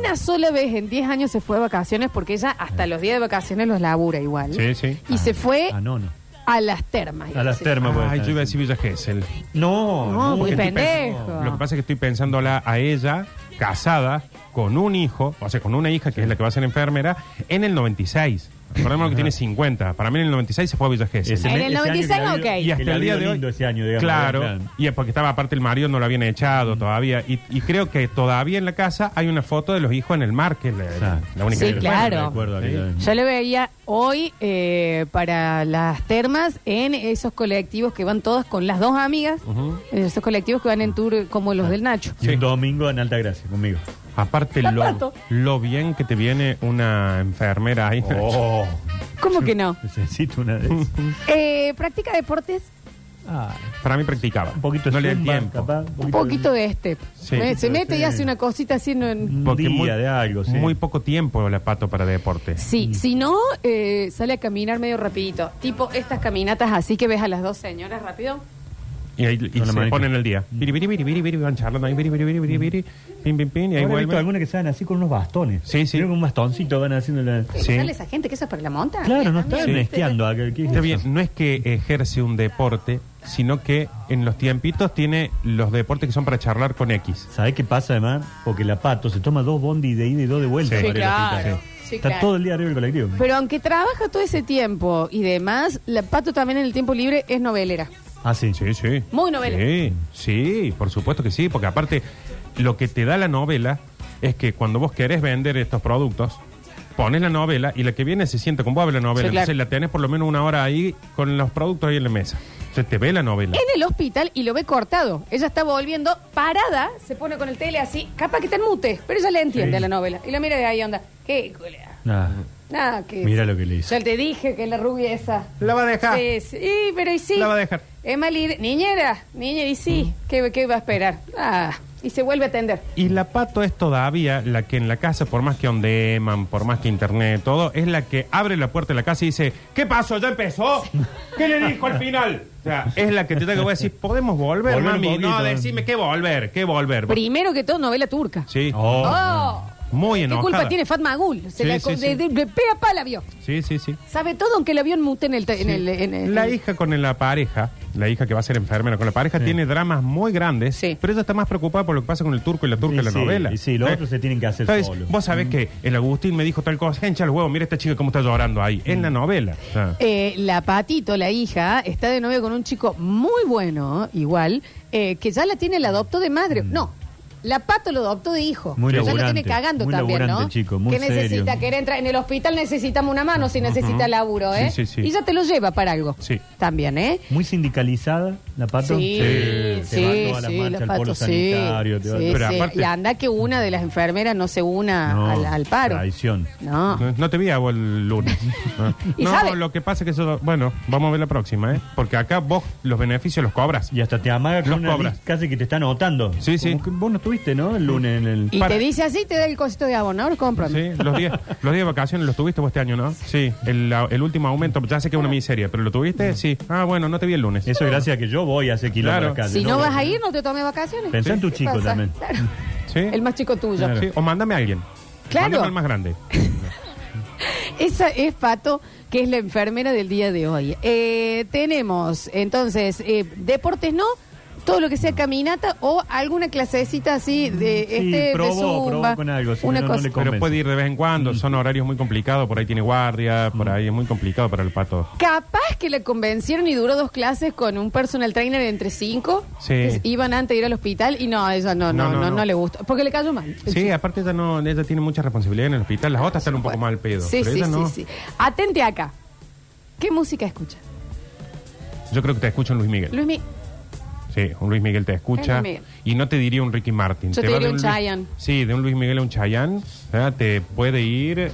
Speaker 3: Una sola vez en 10 años se fue de vacaciones porque ella hasta los días de vacaciones los labura igual.
Speaker 4: Sí, sí.
Speaker 3: Y se fue
Speaker 5: Ah, no, no.
Speaker 3: a las termas. iba
Speaker 5: A las
Speaker 3: decir.
Speaker 5: termas, puede
Speaker 4: Ay,
Speaker 5: estar.
Speaker 4: yo iba a decir Villa Gesell.
Speaker 5: No,
Speaker 3: No, muy
Speaker 5: no.
Speaker 3: pendejo.
Speaker 4: Lo que pasa es que estoy pensando a ella casada con un hijo, o sea, con una hija que es la que va a ser enfermera, en el 96. Recordemos que tiene 50. Para mí en el 96 se fue a Villa Gesell.
Speaker 5: Ese
Speaker 3: En
Speaker 5: me-
Speaker 3: el
Speaker 5: ese año
Speaker 3: 96,
Speaker 5: que la vi-
Speaker 3: ok.
Speaker 5: Y hasta el día de hoy. Ese año, digamos,
Speaker 4: claro,
Speaker 5: claro.
Speaker 4: y es porque estaba aparte el marido, no lo habían echado todavía. Y, y creo que todavía en la casa hay una foto de los hijos en el mar, que es la,
Speaker 5: Claro.
Speaker 4: la única
Speaker 3: Sí,
Speaker 4: que recuerdo.
Speaker 3: claro.
Speaker 5: Recuerdo aquella vez.
Speaker 3: Yo le veía hoy eh, para las termas en esos colectivos que van todas con las dos amigas, en esos colectivos que van en tour como los del Nacho.
Speaker 5: Y un domingo en Alta Gracia conmigo.
Speaker 4: Aparte, lo, lo bien que te viene una enfermera ahí.
Speaker 5: Oh,
Speaker 3: ¿Cómo que no?
Speaker 5: necesito una de esas.
Speaker 3: Eh, ¿Practica deportes?
Speaker 5: Ay,
Speaker 4: Para mí practicaba.
Speaker 5: un poquito de
Speaker 4: no le da
Speaker 5: zumba,
Speaker 4: tiempo.
Speaker 5: capaz,
Speaker 3: Un poquito de este.
Speaker 4: Sí.
Speaker 3: Me- se mete y
Speaker 5: Sí. Mm.
Speaker 3: hace una cosita así. no- en-
Speaker 5: Un
Speaker 4: Porque
Speaker 5: día
Speaker 4: muy-
Speaker 5: de algo, sí.
Speaker 4: Muy poco tiempo la pato para deporte.
Speaker 3: Sí, si no, eh, sale a caminar medio rapidito. Tipo estas caminatas así que ves a las dos señoras rápido.
Speaker 4: Y ahí y
Speaker 5: Con la
Speaker 4: se
Speaker 5: manito.
Speaker 4: ponen el día. Biri, biri, biri, biri, biri, van charlando ahí, biri, biri, biri, biri, biri, pin, pin, pin, y ahí
Speaker 5: Ahora he visto
Speaker 4: vuelven.
Speaker 5: algunas que salen así con unos bastones.
Speaker 4: Eh, Sí, sí.
Speaker 5: Creo que un bastoncito van haciendo la...
Speaker 3: Eh,
Speaker 4: Sí.
Speaker 3: Sale esa gente que eso es para la monta.
Speaker 5: Claro, no están
Speaker 4: Sí.
Speaker 5: esquiando. acá, ¿qué es
Speaker 4: Está
Speaker 5: eso?
Speaker 4: bien, no es que ejerce un deporte, sino que en los tiempitos tiene los deportes que son para charlar con X.
Speaker 5: ¿Sabés qué pasa además? Porque la pato se toma dos bondi de ida y dos de vuelta.
Speaker 4: Sí.
Speaker 5: para
Speaker 4: Sí,
Speaker 5: ir al
Speaker 3: claro,
Speaker 5: hospital.
Speaker 3: sí,
Speaker 5: Está
Speaker 3: claro.
Speaker 5: todo el día arriba del colectivo.
Speaker 3: Pero aunque trabaja todo ese tiempo y demás, la Pato también en el tiempo libre es novelera.
Speaker 5: Ah, sí.
Speaker 4: Sí, sí.
Speaker 3: Muy novela.
Speaker 4: Sí, sí, por supuesto que sí, porque aparte lo que te da la novela es que cuando vos querés vender estos productos, pones la novela y la que viene se sienta con vos a ver la novela.
Speaker 3: Sí, claro.
Speaker 4: Entonces la tenés por lo menos una hora ahí con los productos ahí en la mesa. Se te ve la novela.
Speaker 3: En el hospital y lo ve cortado. Ella está volviendo parada, se pone con el tele así, capaz que está en mute, pero ella le entiende
Speaker 5: Sí.
Speaker 3: a la novela. Y lo mira de ahí, onda. ¿Qué, culea?
Speaker 5: Ah,
Speaker 3: Nada, que.
Speaker 5: Mira lo que le hizo.
Speaker 3: Ya te dije que la rubia esa.
Speaker 4: La va a dejar.
Speaker 3: Sí, sí, pero y sí.
Speaker 4: Ah. La va a dejar. Mm.
Speaker 3: Emma Lid- niñera, niñera, y sí. ¿Qué, qué va a esperar? Ah, y se vuelve a atender.
Speaker 4: Y la pato es todavía la que en la casa, por más que on demand, por más que internet, todo, es la que abre la puerta de la casa y dice, ¿qué pasó? ¿Ya empezó? ¿Qué le dijo al final? O sea, es la que te da que voy a decir, ¿podemos volver,
Speaker 5: Volver un
Speaker 4: mami? no,
Speaker 5: poquito.
Speaker 4: decime, ¿qué volver? ¿Qué volver?
Speaker 3: Primero que todo, novela turca.
Speaker 4: Sí.
Speaker 5: Oh.
Speaker 3: ¡Oh!
Speaker 4: Muy
Speaker 3: ¿Qué
Speaker 4: enojada.
Speaker 3: culpa tiene Fat Magul? Se
Speaker 4: Sí,
Speaker 3: la,
Speaker 4: sí,
Speaker 3: de,
Speaker 4: sí.
Speaker 3: de- de pe a pa la vio.
Speaker 4: Sí, sí, sí.
Speaker 3: Sabe todo, aunque la vio en mute en el. te- en el- en el-
Speaker 4: La hija con la pareja, la hija que va a ser enfermera con la pareja, tiene dramas muy grandes,
Speaker 3: Sí.
Speaker 4: pero ella está más preocupada por lo que pasa con el turco y la turca
Speaker 5: Y
Speaker 4: en la
Speaker 5: sí,
Speaker 4: novela.
Speaker 5: y sí, los
Speaker 4: ¿Eh?
Speaker 5: otros se tienen que hacer Mm.
Speaker 4: ¿Sabes?
Speaker 5: solos.
Speaker 4: Vos sabés que el Agustín me dijo tal cosa, hincha los huevos, mira esta chica cómo está llorando ahí, en
Speaker 5: Mm.
Speaker 4: la novela. Ah.
Speaker 3: Eh, la Patito, la hija, está de novio con un chico muy bueno, igual, eh, que ya la tiene, la adoptó de madre. No, la Pato lo adoptó de hijo.
Speaker 5: Mm. Muy
Speaker 3: ya lo
Speaker 5: laburante,
Speaker 3: tiene cagando
Speaker 5: muy
Speaker 3: también,
Speaker 5: laburante
Speaker 3: ¿no?
Speaker 5: el chico, muy
Speaker 3: que necesita,
Speaker 5: serio.
Speaker 3: que entra en el hospital necesitamos una mano si necesita laburo, ¿eh?
Speaker 4: Sí, sí, sí.
Speaker 3: Y ya te lo lleva para algo.
Speaker 4: Sí.
Speaker 3: También, ¿eh?
Speaker 5: Muy sindicalizada la pato.
Speaker 3: Sí,
Speaker 5: Te
Speaker 3: sí,
Speaker 5: va a todas las
Speaker 3: sí,
Speaker 5: marchas,
Speaker 3: la
Speaker 5: al
Speaker 3: Pato,
Speaker 5: polo
Speaker 3: sí,
Speaker 5: sanitario. te va a-
Speaker 3: sí,
Speaker 4: Pero
Speaker 3: sí.
Speaker 4: aparte-
Speaker 3: Y anda que una de las enfermeras no se una
Speaker 5: No,
Speaker 3: al, al paro.
Speaker 5: traición.
Speaker 3: No.
Speaker 4: No, no te vi a vos el lunes. Ah.
Speaker 3: Y
Speaker 4: no,
Speaker 3: sabe-
Speaker 4: lo que pasa es que eso. Bueno, vamos a ver la próxima, ¿eh? Porque acá vos los beneficios los cobras.
Speaker 5: Y hasta te amaga con
Speaker 4: Los
Speaker 5: una
Speaker 4: cobras.
Speaker 5: lista casi que te están anotando.
Speaker 4: Sí, sí.
Speaker 5: Como que vos no estuviste, ¿no? El lunes en el...
Speaker 3: Y
Speaker 4: Para-
Speaker 3: te dice así, te da el cosito de abono. Ahora cómprame.
Speaker 4: Sí, los días, los días de vacaciones los tuviste vos este año, ¿no? Sí, el, el último aumento, ya sé que es una miseria, pero ¿lo tuviste? Sí. Ah, bueno, no te vi el lunes.
Speaker 5: Eso es gracias a que yo voy a hacer kilómetros
Speaker 4: Claro.
Speaker 5: acá.
Speaker 3: Si no, vas a ir, no te tomes vacaciones.
Speaker 5: Pensá en tu
Speaker 3: ¿Qué
Speaker 5: chico
Speaker 3: pasa?
Speaker 5: también.
Speaker 3: Claro.
Speaker 4: Sí.
Speaker 3: El más chico tuyo.
Speaker 4: Sí, O mándame a alguien.
Speaker 3: Claro.
Speaker 4: Mándame al más grande.
Speaker 3: Esa es Pato, que es la enfermera del día de hoy. Eh, tenemos, entonces, eh, deportes no, todo lo que sea caminata o alguna clasecita así de,
Speaker 5: Mm, Sí,
Speaker 3: este,
Speaker 5: probó,
Speaker 3: de
Speaker 5: probó
Speaker 3: zumba.
Speaker 5: con algo, sí,
Speaker 3: una
Speaker 5: no, no
Speaker 3: cosa.
Speaker 5: le
Speaker 4: Pero
Speaker 5: Convence.
Speaker 4: puede ir de vez en cuando, son horarios muy complicados, por ahí tiene guardia, por ahí es muy complicado para el pato.
Speaker 3: Capaz que la convencieron y duró dos clases con un personal trainer entre cinco.
Speaker 4: Sí.
Speaker 3: que iban antes de ir al hospital y no, a ella no, no, no,
Speaker 4: No, no,
Speaker 3: no,
Speaker 4: no.
Speaker 3: le gustó. Porque le cayó mal. el
Speaker 4: Sí, aparte ella, no, ella tiene mucha responsabilidad en el hospital, las otras están un poco mal pedo.
Speaker 3: Sí,
Speaker 4: pero
Speaker 3: sí,
Speaker 4: ella no.
Speaker 3: sí, sí. Atente acá. ¿Qué música escucha?
Speaker 4: Yo creo que te escucha un Luis Miguel.
Speaker 3: Luis, Mi-
Speaker 4: Sí, un Luis Miguel te escucha.
Speaker 3: Es Luis Miguel.
Speaker 4: Y no te diría un Ricky Martin.
Speaker 3: Yo te
Speaker 4: va
Speaker 3: diría
Speaker 4: de
Speaker 3: un
Speaker 4: Luis-
Speaker 3: Chayanne.
Speaker 4: Sí, de un Luis Miguel a un Chayanne. ¿verdad? Te puede ir.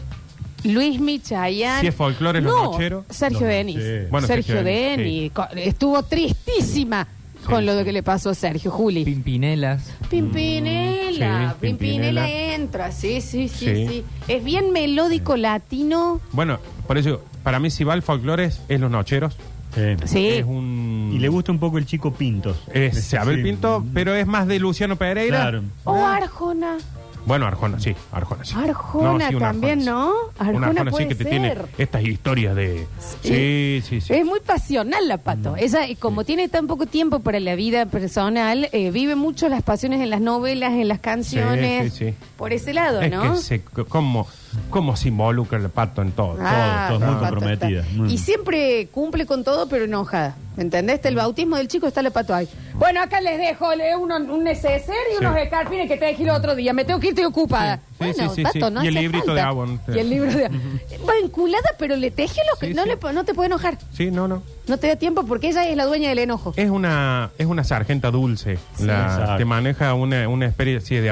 Speaker 3: Luis Michayan.
Speaker 4: Si es folclore, los
Speaker 3: no,
Speaker 4: nocheros.
Speaker 3: Sergio
Speaker 5: Los
Speaker 3: Denis.
Speaker 5: nocheros.
Speaker 4: Bueno,
Speaker 3: Sergio,
Speaker 4: Sergio
Speaker 3: Denis.
Speaker 4: Denis,
Speaker 3: co- Estuvo tristísima con lo de que le pasó a Sergio, Juli.
Speaker 6: Pimpinelas.
Speaker 3: Pimpinela.
Speaker 4: Mm, Sí,
Speaker 3: Pimpinela
Speaker 4: Pimpinela.
Speaker 3: entra. Sí, sí, sí, sí,
Speaker 4: Sí.
Speaker 3: Es bien melódico latino.
Speaker 4: Bueno, por eso, para mí, si va al folclore, es, es los nocheros.
Speaker 5: Sí.
Speaker 3: Sí.
Speaker 4: Es un.
Speaker 5: Y le gusta un poco el chico Pintos.
Speaker 4: Es Abel
Speaker 5: Sí.
Speaker 4: Pinto, pero es más de Luciano Pereira.
Speaker 5: Claro.
Speaker 3: O Oh, Arjona.
Speaker 4: Bueno, Arjona, sí, Arjona, sí.
Speaker 3: Arjona
Speaker 4: un
Speaker 3: también,
Speaker 4: sí.
Speaker 3: ¿no?
Speaker 4: Un
Speaker 3: Arjona
Speaker 4: Arjona
Speaker 3: puede
Speaker 4: sí que te
Speaker 3: ser.
Speaker 4: tiene estas historias de. Sí, sí, Mm. sí.
Speaker 3: Es muy pasional la pato. Ella, eh, como tiene tan poco tiempo para la vida personal, eh, vive mucho las pasiones en las novelas, en las canciones.
Speaker 4: sí, sí.
Speaker 3: Por ese lado,
Speaker 4: Es
Speaker 3: ¿no?
Speaker 4: que se, cómo, cómo se involucra el pato en todo.
Speaker 3: Ah.
Speaker 5: todo, todo,
Speaker 3: la
Speaker 5: muy
Speaker 3: Pato
Speaker 5: comprometida.
Speaker 3: está.
Speaker 4: Mm.
Speaker 5: Muy.
Speaker 3: Y siempre cumple con todo, pero enojada. ¿Entendés? Está El bautismo del chico está la pato ahí. Bueno, acá les dejo le- uno- un neceser y
Speaker 4: Sí.
Speaker 3: unos escarpines que te dejé el otro día. Me tengo que ir, estoy ocupada.
Speaker 4: Sí, sí,
Speaker 3: bueno,
Speaker 4: sí, sí,
Speaker 3: Pato,
Speaker 4: sí.
Speaker 3: no
Speaker 4: Y el
Speaker 3: hace
Speaker 4: librito
Speaker 3: falta.
Speaker 4: de Avon.
Speaker 3: Y el libro de Avon. Vinculada, pero le teje lo que...
Speaker 4: Sí,
Speaker 3: no,
Speaker 4: sí.
Speaker 3: le po- no te puede enojar.
Speaker 4: Sí, no, no.
Speaker 3: No te da tiempo porque ella es la dueña del enojo.
Speaker 4: Es una, es una sargenta dulce. La-
Speaker 5: Exacto.
Speaker 4: te maneja una, una especie de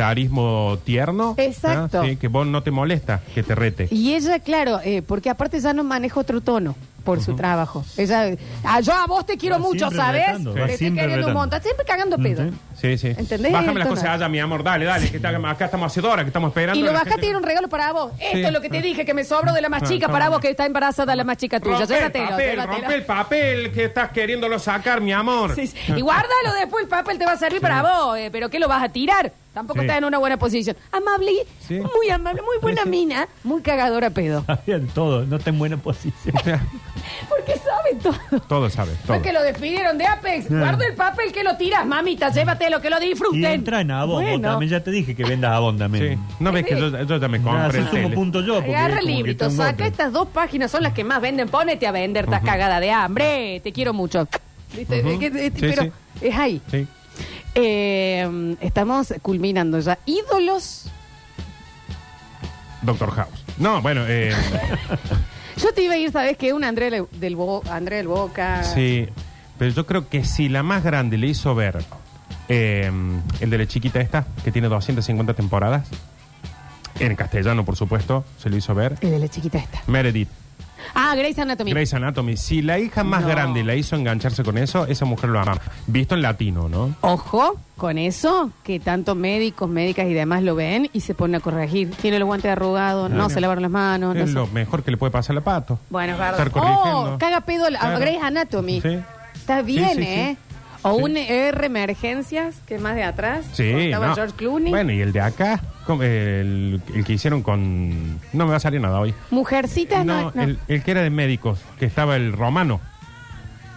Speaker 4: autoritarismo tierno.
Speaker 3: Exacto.
Speaker 4: ¿ah? Sí, que vos no te molesta que te rete.
Speaker 3: Y ella, claro, eh, porque aparte ya no maneja otro tono por su trabajo. Ella, eh, "Ah, yo a vos te quiero
Speaker 5: Va
Speaker 3: mucho,
Speaker 5: siempre
Speaker 3: ¿sabes?
Speaker 5: retando, va
Speaker 3: te estoy
Speaker 5: siempre
Speaker 3: queriendo un
Speaker 5: retando.
Speaker 3: montón, siempre cagando pedo.
Speaker 5: Ujú.
Speaker 4: Sí, sí.
Speaker 3: ¿Entendés?
Speaker 4: Bájame las
Speaker 3: Esto
Speaker 4: cosas
Speaker 3: no.
Speaker 4: allá, mi amor. Dale, dale. Que está- acá estamos hace dos horas que estamos esperando.
Speaker 3: Y lo
Speaker 4: La
Speaker 3: bajaste
Speaker 4: gente-
Speaker 3: y era un regalo para vos. Esto
Speaker 4: Sí.
Speaker 3: es lo que te dije, que me sobró de la más
Speaker 4: Ah,
Speaker 3: chica
Speaker 4: está
Speaker 3: para
Speaker 4: bien.
Speaker 3: vos, que está embarazada la más chica tuya.
Speaker 4: Rompe el
Speaker 3: Llévatelo,
Speaker 4: papel,
Speaker 3: llévatelo.
Speaker 4: rompe el papel que estás queriéndolo sacar, mi amor.
Speaker 3: Sí, sí. Y guárdalo después, el papel te va a servir para vos. eh, pero ¿qué lo vas a tirar? Tampoco
Speaker 5: Sí.
Speaker 3: está en una buena posición. Amable,
Speaker 4: Sí.
Speaker 3: muy amable, muy buena mina, muy cagadora pedo.
Speaker 5: Sabían todo, no está en buena posición.
Speaker 3: Porque sabe todo.
Speaker 4: Todo sabe,
Speaker 3: No
Speaker 4: todo.
Speaker 3: es que lo despidieron de Apex. Guarda el papel que lo tiras, mamita. Llévatelo, que lo
Speaker 5: Y
Speaker 3: disfruten.
Speaker 5: entra en Avon, vos
Speaker 3: Bueno.
Speaker 5: también ya te dije que vendas Avon
Speaker 4: Sí.
Speaker 5: también.
Speaker 4: No ves que yo, yo ya me
Speaker 5: Nada, se
Speaker 4: compré el
Speaker 5: sumo
Speaker 4: tele.
Speaker 5: punto yo. porque
Speaker 3: Agarra
Speaker 5: como
Speaker 3: el
Speaker 5: que
Speaker 3: librito,
Speaker 5: tengo
Speaker 3: saca
Speaker 5: otra.
Speaker 3: estas dos páginas, son las que más venden. Ponete a vender, estás cagada de hambre. Te quiero mucho. ¿Viste?
Speaker 4: Ujú.
Speaker 3: Es que- es-
Speaker 4: Sí,
Speaker 3: pero
Speaker 4: sí.
Speaker 3: es ahí.
Speaker 4: Sí.
Speaker 3: Eh, estamos culminando ya. Ídolos.
Speaker 4: Doctor House. No, bueno, eh,
Speaker 3: Yo te iba a ir, ¿sabes qué? Un André Le- del, Bo- André del Boca.
Speaker 4: sí. Pero yo creo que si la más grande le hizo ver eh, el de la chiquita esta, que tiene 250 temporadas, en castellano, por supuesto, se lo hizo ver.
Speaker 3: El de la chiquita esta.
Speaker 4: Meredith,
Speaker 3: Ah, Grey's Anatomy.
Speaker 4: Grey's Anatomy. Si la hija más
Speaker 3: No.
Speaker 4: grande la hizo engancharse con eso, esa mujer lo ama. Visto en latino, ¿no?
Speaker 3: Ojo con eso, que tanto médicos, médicas y demás lo ven y se ponen a corregir. Tiene los guantes arrugados, no
Speaker 4: Claro.
Speaker 3: se lavaron las manos. no
Speaker 4: es
Speaker 3: sé.
Speaker 4: lo mejor que le puede pasar a la pato.
Speaker 3: Bueno, es verdad.
Speaker 4: Estar corrigiendo.
Speaker 3: Oh, caga pedo a
Speaker 4: Claro.
Speaker 3: Grey's Anatomy.
Speaker 4: Sí.
Speaker 3: Está bien,
Speaker 4: Sí, sí, sí.
Speaker 3: ¿eh? O
Speaker 4: Sí.
Speaker 3: un R emergencias, que es más de atrás.
Speaker 4: Sí,
Speaker 3: cuando Estaba
Speaker 4: no.
Speaker 3: George Clooney.
Speaker 4: Bueno, y el de acá, como el, el que hicieron con... No me va a salir nada hoy.
Speaker 3: Mujercitas, no.
Speaker 4: No,
Speaker 3: no.
Speaker 4: El, el que era de médicos, que estaba el romano.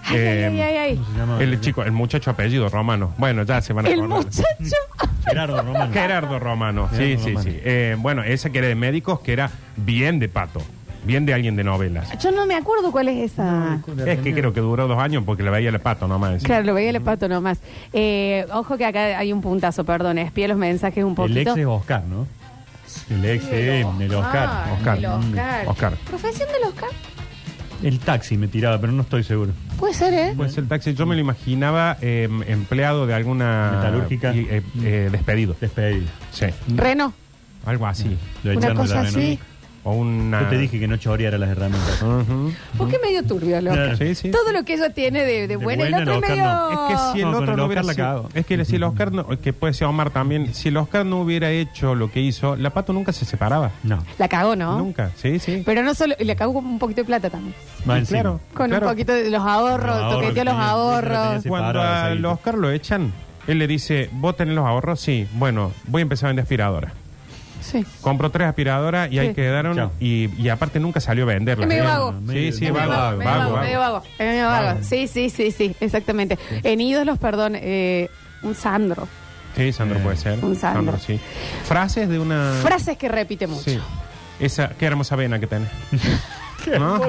Speaker 3: Ay,
Speaker 4: eh,
Speaker 3: ay, ay, ay.
Speaker 5: se llama?
Speaker 4: El chico, el muchacho apellido romano. Bueno, ya se van a
Speaker 3: El
Speaker 4: acordar.
Speaker 3: muchacho.
Speaker 5: Gerardo Romano.
Speaker 4: Gerardo Romano, sí,
Speaker 5: Gerardo
Speaker 4: sí,
Speaker 5: Romano.
Speaker 4: sí. Eh, bueno, ese que era de médicos, que era bien de pato, bien de alguien de novelas.
Speaker 3: Yo no me acuerdo cuál es esa.
Speaker 4: Es que creo que duró dos años porque le veía el pato nomás.
Speaker 3: Claro, lo veía el pato nomás. Eh, ojo que acá hay un puntazo, perdón, espié los mensajes un
Speaker 5: El
Speaker 3: poquito.
Speaker 5: ex es Oscar, ¿no? El ex es el Oscar.
Speaker 4: Oscar.
Speaker 3: El Oscar.
Speaker 4: Oscar.
Speaker 3: Profesión del Oscar.
Speaker 5: El taxi me tiraba, pero no estoy seguro.
Speaker 3: Puede ser, ¿eh?
Speaker 4: Pues el taxi, yo me lo imaginaba eh, empleado de alguna.
Speaker 5: Metalúrgica.
Speaker 4: y, eh, eh, despedido.
Speaker 5: Despedido.
Speaker 4: Sí.
Speaker 3: Reno.
Speaker 4: Algo así.
Speaker 5: Lo
Speaker 3: Una
Speaker 5: echaron de
Speaker 3: cosa
Speaker 5: la
Speaker 3: así.
Speaker 5: Renault.
Speaker 4: O una.
Speaker 5: Yo te dije que no choreara las herramientas.
Speaker 4: Ujú.
Speaker 3: ¿Por qué medio turbio, el Oscar?
Speaker 5: Claro.
Speaker 4: Sí, sí.
Speaker 3: Todo lo que ella tiene de, de bueno, el otro
Speaker 5: bueno,
Speaker 3: es
Speaker 5: el Oscar
Speaker 3: medio.
Speaker 5: no.
Speaker 4: Es que si el
Speaker 5: No, con
Speaker 4: otro
Speaker 5: el
Speaker 4: no
Speaker 5: Oscar
Speaker 4: hubiera
Speaker 5: la
Speaker 4: sido,
Speaker 5: cago.
Speaker 4: es que si el Oscar no- que puede ser Omar también, si el Oscar no hubiera hecho lo que hizo, la pato nunca se separaba.
Speaker 5: No.
Speaker 3: La cagó, ¿no?
Speaker 4: Nunca, sí, sí.
Speaker 3: Pero no solo, y le cagó con un poquito de plata también.
Speaker 5: Va
Speaker 4: Y
Speaker 5: encima.
Speaker 4: claro.
Speaker 3: Con un poquito de los ahorros,
Speaker 5: Los ahorros
Speaker 3: toqueteó
Speaker 5: que
Speaker 3: los
Speaker 5: tenía,
Speaker 3: ahorros.
Speaker 5: se
Speaker 4: Cuando
Speaker 5: paraba,
Speaker 4: al
Speaker 5: Saguito.
Speaker 4: Oscar lo echan, él le dice, ¿vos tenés los ahorros? Sí, bueno, voy a empezar a vender aspiradoras.
Speaker 3: Sí.
Speaker 4: Compró tres aspiradoras y ahí
Speaker 3: Sí.
Speaker 4: quedaron
Speaker 5: Chao.
Speaker 4: y, y aparte nunca salió a venderlas.
Speaker 3: Es medio
Speaker 4: ¿eh?
Speaker 3: vago.
Speaker 4: Sí, sí,
Speaker 5: Medio
Speaker 4: vago,
Speaker 5: vago,
Speaker 4: vago,
Speaker 3: Medio vago,
Speaker 4: vago.
Speaker 3: medio vago. Es medio vago. Sí, sí, sí, sí, exactamente. En ídolos, perdón, eh, un Sandro.
Speaker 4: Sí, Sandro puede ser.
Speaker 3: Un Sandro.
Speaker 4: sí. Frases de una...
Speaker 3: Frases que repite mucho.
Speaker 4: Sí. Esa, qué hermosa vena que tenés. ¿No?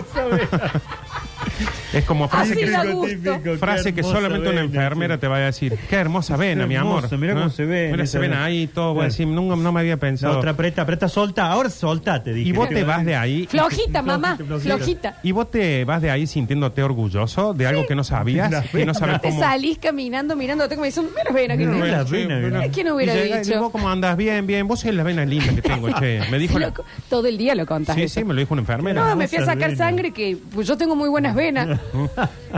Speaker 4: es como frase
Speaker 3: Así
Speaker 4: que...
Speaker 3: da gusto.
Speaker 4: frase que solamente una enfermera te va a decir. Qué hermosa vena, mi amor.
Speaker 5: hermosa, mirá cómo se ven
Speaker 4: Mira, se
Speaker 5: esas-
Speaker 4: ven ahí todo. Voy a
Speaker 5: Claro.
Speaker 4: decir, nunca, no me había
Speaker 5: La
Speaker 4: pensado.
Speaker 5: otra aprieta, aprieta, solta. Ahora solta, te dije.
Speaker 4: Y vos te vas de ahí.
Speaker 3: Flojita, mamá,
Speaker 5: flojita.
Speaker 3: flojita.
Speaker 4: Y vos te vas de ahí sintiéndote orgulloso de algo que no sabías y no sabes
Speaker 3: Te
Speaker 4: cómo.
Speaker 3: salís caminando, mirándote como dicen, menos ven aquí.
Speaker 5: Menos
Speaker 3: no".
Speaker 5: ven. Las
Speaker 4: Che,
Speaker 5: venas,
Speaker 4: bueno.
Speaker 5: mira.
Speaker 3: ¿Quién hubiera
Speaker 4: Y llega y
Speaker 3: dicho?
Speaker 4: digo, Vos cómo andas bien, bien. Vos sos la vena linda que tengo, che. Me dijo. la-
Speaker 3: Loco, todo el día lo contás.
Speaker 4: Sí,
Speaker 3: eso.
Speaker 4: sí, me lo dijo una enfermera.
Speaker 3: No, me fui a
Speaker 5: Hermosas
Speaker 3: sacar
Speaker 5: venas.
Speaker 3: sangre que pues, yo tengo muy buenas venas.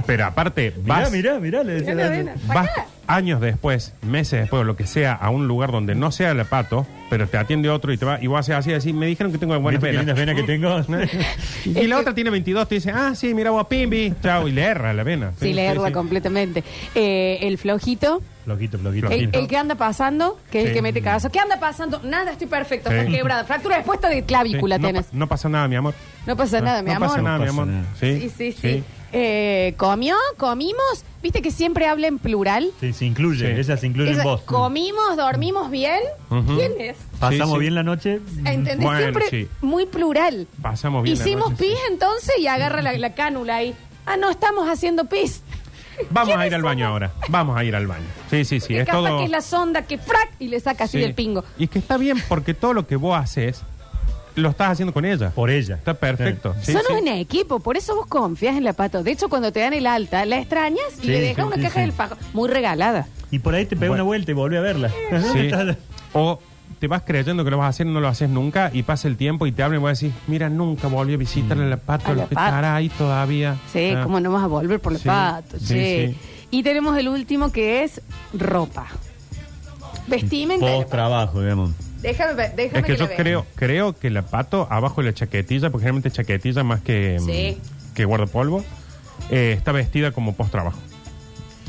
Speaker 4: Pero aparte,
Speaker 5: Mirá,
Speaker 4: vas,
Speaker 5: mirá, mirá, le decía.
Speaker 3: Mirá la
Speaker 5: Dani.
Speaker 3: vena.
Speaker 4: vas años después, meses después, o lo que sea, a un lugar donde no sea el pato, pero te atiende otro y te va. Y vos haces así, así. Me dijeron que tengo buenas
Speaker 5: ¿Viste qué
Speaker 4: venas.
Speaker 5: lindas venas que tengo?
Speaker 4: Y la otra tiene 22, te dice, ah, sí, mira vos, pimbi. Chao, y le erra la vena.
Speaker 3: Sí, le erra completamente. Eh, el flojito.
Speaker 5: Flojito, flojito.
Speaker 3: El,
Speaker 4: Flojito.
Speaker 3: el que anda pasando, que es el
Speaker 4: Sí.
Speaker 3: que mete cagazo. ¿Qué anda pasando? Nada, estoy perfecto.
Speaker 4: Sí.
Speaker 3: está quebrada. Fractura expuesta de
Speaker 4: Sí,
Speaker 3: clavícula
Speaker 4: no,
Speaker 3: tenés.
Speaker 4: pa- no pasa nada, mi amor.
Speaker 3: No pasa nada, mi
Speaker 4: no
Speaker 3: amor.
Speaker 4: Pasa nada,
Speaker 5: No
Speaker 4: mi
Speaker 5: pasa
Speaker 4: amor.
Speaker 5: nada.
Speaker 4: Sí,
Speaker 3: Sí, sí, sí. Eh, ¿Comió? ¿Comimos? ¿Viste que siempre habla en plural?
Speaker 5: Sí, se incluye,
Speaker 4: Sí.
Speaker 5: ella se incluye en
Speaker 3: Esa-
Speaker 5: vos.
Speaker 3: ¿Comimos? ¿Dormimos bien?
Speaker 4: Ujú.
Speaker 3: ¿Quién es?
Speaker 5: Pasamos
Speaker 4: Sí, sí.
Speaker 5: bien la noche.
Speaker 3: ¿Entendés?
Speaker 4: Bueno,
Speaker 3: siempre
Speaker 4: sí.
Speaker 3: muy plural.
Speaker 4: Pasamos bien. la
Speaker 3: Hicimos
Speaker 4: noche,
Speaker 3: pis
Speaker 4: sí.
Speaker 3: entonces y agarra la, la cánula ahí. Ah, no, estamos haciendo pis.
Speaker 4: Vamos a
Speaker 3: ¿Quiénes
Speaker 4: ir al baño ahora. Vamos a ir al baño. Sí, sí, sí.
Speaker 3: que
Speaker 4: Es
Speaker 3: capaz
Speaker 4: todo.
Speaker 3: que es la sonda que frac y le saca así
Speaker 4: sí.
Speaker 3: del pingo.
Speaker 4: Y que está bien porque todo lo que vos haces lo estás haciendo con ella.
Speaker 5: Por ella.
Speaker 4: Está perfecto. Sí,
Speaker 3: Son
Speaker 4: sí.
Speaker 3: un equipo, por eso vos confías en la pato. De hecho, cuando te dan el alta, la extrañas y
Speaker 5: Sí,
Speaker 3: le dejas
Speaker 5: sí,
Speaker 3: una
Speaker 5: sí,
Speaker 3: caja
Speaker 5: sí.
Speaker 3: del fajo. Muy regalada.
Speaker 5: Y por ahí te pega
Speaker 4: Bueno.
Speaker 5: una vuelta y volví a verla.
Speaker 4: Sí.
Speaker 5: Está-
Speaker 4: O te vas creyendo que lo vas a hacer, no lo haces nunca y pasa el tiempo y te hablan y vos decís, mira, nunca volví a
Speaker 5: Mm.
Speaker 4: visitarle la
Speaker 3: A
Speaker 4: pato,
Speaker 3: la
Speaker 4: lo que
Speaker 3: Pato.
Speaker 4: estará ahí todavía.
Speaker 3: Sí,
Speaker 4: Ah.
Speaker 3: cómo no vas a volver por la
Speaker 4: Sí,
Speaker 3: pato,
Speaker 4: sí,
Speaker 3: che.
Speaker 4: sí.
Speaker 3: Y tenemos el último que es ropa. Vestimenta.
Speaker 5: Post trabajo, digamos.
Speaker 3: Déjame, ver- déjame
Speaker 4: Es que
Speaker 3: la
Speaker 4: yo
Speaker 3: vea.
Speaker 4: creo, creo que la pato abajo de la chaquetilla, porque generalmente chaquetilla más que, mm,
Speaker 3: Sí.
Speaker 4: que guardapolvo, eh, está vestida como post trabajo.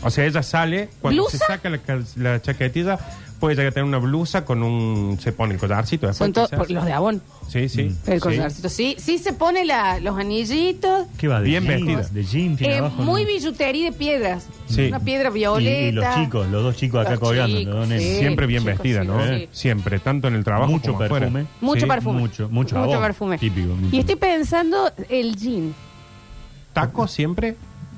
Speaker 4: O sea, ella sale, cuando
Speaker 3: ¿Blusa?
Speaker 4: se saca la, cal- la chaquetilla, puede llegar a tener una blusa con un. Se pone el collarcito después.
Speaker 3: Son todos
Speaker 4: pues,
Speaker 3: por-
Speaker 4: quizás.
Speaker 3: los de abón.
Speaker 4: Sí, sí.
Speaker 3: El
Speaker 4: sí.
Speaker 3: collarcito. Sí, sí se pone la- los anillitos.
Speaker 5: ¿Qué va? De
Speaker 4: Bien
Speaker 5: jean?
Speaker 4: vestida.
Speaker 5: De jean, tiene
Speaker 3: Eh,
Speaker 5: abajo,
Speaker 3: muy
Speaker 5: ¿no?
Speaker 3: billutería de piedras.
Speaker 4: Sí.
Speaker 3: Una piedra
Speaker 5: Y,
Speaker 3: violeta.
Speaker 5: y los chicos, los dos chicos acá
Speaker 3: Los
Speaker 5: colgando.
Speaker 3: chicos,
Speaker 5: los dos nenes.
Speaker 3: sí.
Speaker 4: Siempre bien
Speaker 3: Chicos,
Speaker 4: vestida,
Speaker 3: sí,
Speaker 4: ¿no?
Speaker 3: sí.
Speaker 4: Siempre, tanto en el trabajo
Speaker 5: Mucho
Speaker 4: como afuera.
Speaker 5: perfume.
Speaker 3: Mucho
Speaker 4: Sí.
Speaker 3: perfume.
Speaker 5: mucho, mucho jabón,
Speaker 3: perfume.
Speaker 5: típico, mucho.
Speaker 3: Y estoy pensando el jean.
Speaker 4: ¿Taco siempre?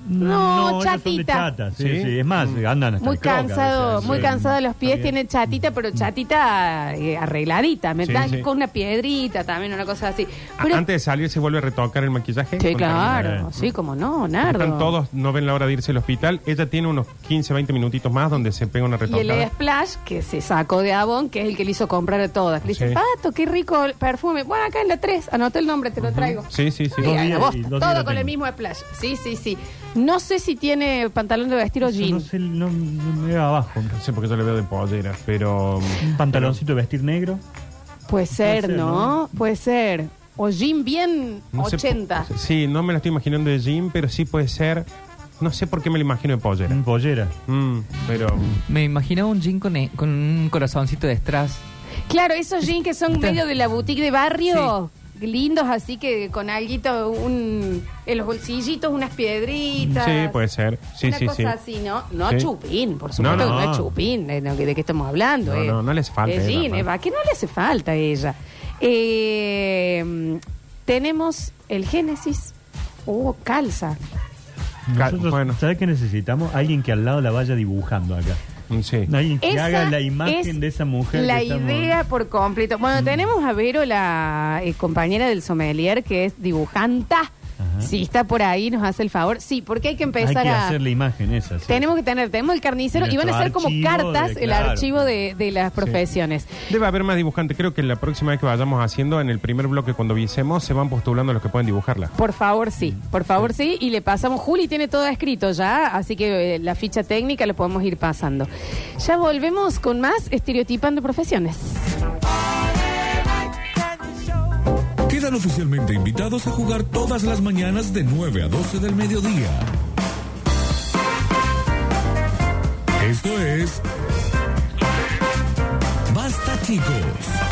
Speaker 3: No,
Speaker 5: ellos son de
Speaker 3: chatita.
Speaker 5: chata, sí,
Speaker 4: Sí. Mm.
Speaker 5: sí. Es más, andan hasta
Speaker 3: Muy
Speaker 5: el croc a
Speaker 3: cansado,
Speaker 5: veces,
Speaker 3: muy
Speaker 5: sí.
Speaker 3: cansado los pies,
Speaker 5: Está bien. Mm.
Speaker 3: tiene chatita, pero chatita eh, arregladita, me
Speaker 4: Sí,
Speaker 3: da-
Speaker 4: sí.
Speaker 3: con una piedrita también, una cosa así.
Speaker 5: Ah,
Speaker 4: A-
Speaker 3: Pero,
Speaker 4: Antes de salir se vuelve a retocar el
Speaker 3: sí,
Speaker 4: maquillaje. Con
Speaker 5: Eh.
Speaker 4: Carolina.
Speaker 3: claro, sí, como no, Nardo.
Speaker 4: Están todos, no ven la hora de irse al hospital. Ella tiene unos 15, 20 minutitos más donde se pega una
Speaker 3: Y el
Speaker 4: retocada.
Speaker 3: Splash, que se sacó de Avon, que es el que le hizo comprar a todas. Le dice,
Speaker 4: Sí.
Speaker 3: Pato, qué rico el perfume. Bueno, acá en la 3, anota el nombre, te lo traigo.
Speaker 4: Mm. Sí, sí, sí.
Speaker 3: Y
Speaker 5: Dos
Speaker 3: a la
Speaker 5: días-
Speaker 3: bosta,
Speaker 5: y dos días
Speaker 3: todo
Speaker 5: lo
Speaker 3: con el
Speaker 5: tengo.
Speaker 3: mismo Splash. Sí, sí, sí. No sé si tiene pantalón de vestir o
Speaker 5: Yo No
Speaker 3: jean.
Speaker 5: sé, no, no me veo abajo.
Speaker 4: No sé por qué yo le veo de pollera, pero... mm,
Speaker 5: Un pantaloncito de vestir negro.
Speaker 3: Puede ser,
Speaker 5: ser,
Speaker 3: ¿no? Puede ser. O jean bien
Speaker 4: no sé
Speaker 3: 80.
Speaker 4: por- sí, no me la estoy imaginando de Jim, pero sí puede ser... No sé por qué me la imagino de pollera.
Speaker 5: Un pollera.
Speaker 4: Mm, pero...
Speaker 6: Me imaginaba un jean con, eh, con un corazoncito detrás.
Speaker 3: Claro, esos jeans que son medio de la boutique de barrio, lindos así que con alguito, un, en los bolsillitos unas piedritas.
Speaker 4: Sí, puede ser. Sí,
Speaker 3: una
Speaker 4: sí,
Speaker 3: cosa
Speaker 4: sí.
Speaker 3: así, ¿no? No
Speaker 4: Sí.
Speaker 3: chupín, por supuesto
Speaker 4: No, no.
Speaker 3: que no es chupín, de, lo que- de qué estamos hablando.
Speaker 4: No,
Speaker 3: eh.
Speaker 4: no, no les falta,
Speaker 3: Es
Speaker 4: eh,
Speaker 3: jean,
Speaker 4: la-
Speaker 3: eh, va, que no le hace falta a ella. Eh, tenemos el Génesis. Oh, calza.
Speaker 4: Ca-
Speaker 5: Nosotros,
Speaker 4: bueno.
Speaker 5: ¿Sabes qué necesitamos? Alguien que al lado la vaya dibujando acá.
Speaker 4: Mm, Sí.
Speaker 5: Alguien que
Speaker 3: Esa
Speaker 5: haga la
Speaker 3: es
Speaker 5: imagen de esa mujer.
Speaker 3: La
Speaker 5: que Mm. estamos-
Speaker 3: idea por completo. Bueno, tenemos a Vero, la eh, compañera del sommelier, que es dibujanta. Si está por ahí, nos hace el favor. Sí, porque hay que
Speaker 5: Hay
Speaker 3: empezar
Speaker 5: que
Speaker 3: a.
Speaker 5: hacer la imagen esa. sí.
Speaker 3: Tenemos que tener, tenemos el carnicero y
Speaker 5: Nuestro
Speaker 3: van a ser como
Speaker 5: archivo
Speaker 3: cartas
Speaker 5: de-
Speaker 3: el
Speaker 5: claro.
Speaker 3: archivo de, de las profesiones.
Speaker 4: Debe haber más dibujantes. Creo que la próxima vez que vayamos haciendo, en el primer bloque, cuando visemos, se van postulando los que pueden dibujarla.
Speaker 3: Por favor, sí,
Speaker 5: Mm.
Speaker 3: por favor, sí. Y le pasamos, Juli tiene todo escrito ya, así que eh, la ficha técnica la podemos ir pasando. Ya volvemos con más estereotipando profesiones.
Speaker 1: Quedan oficialmente invitados a jugar todas las mañanas de 9 a 12 del mediodía. Esto es. Basta, chicos.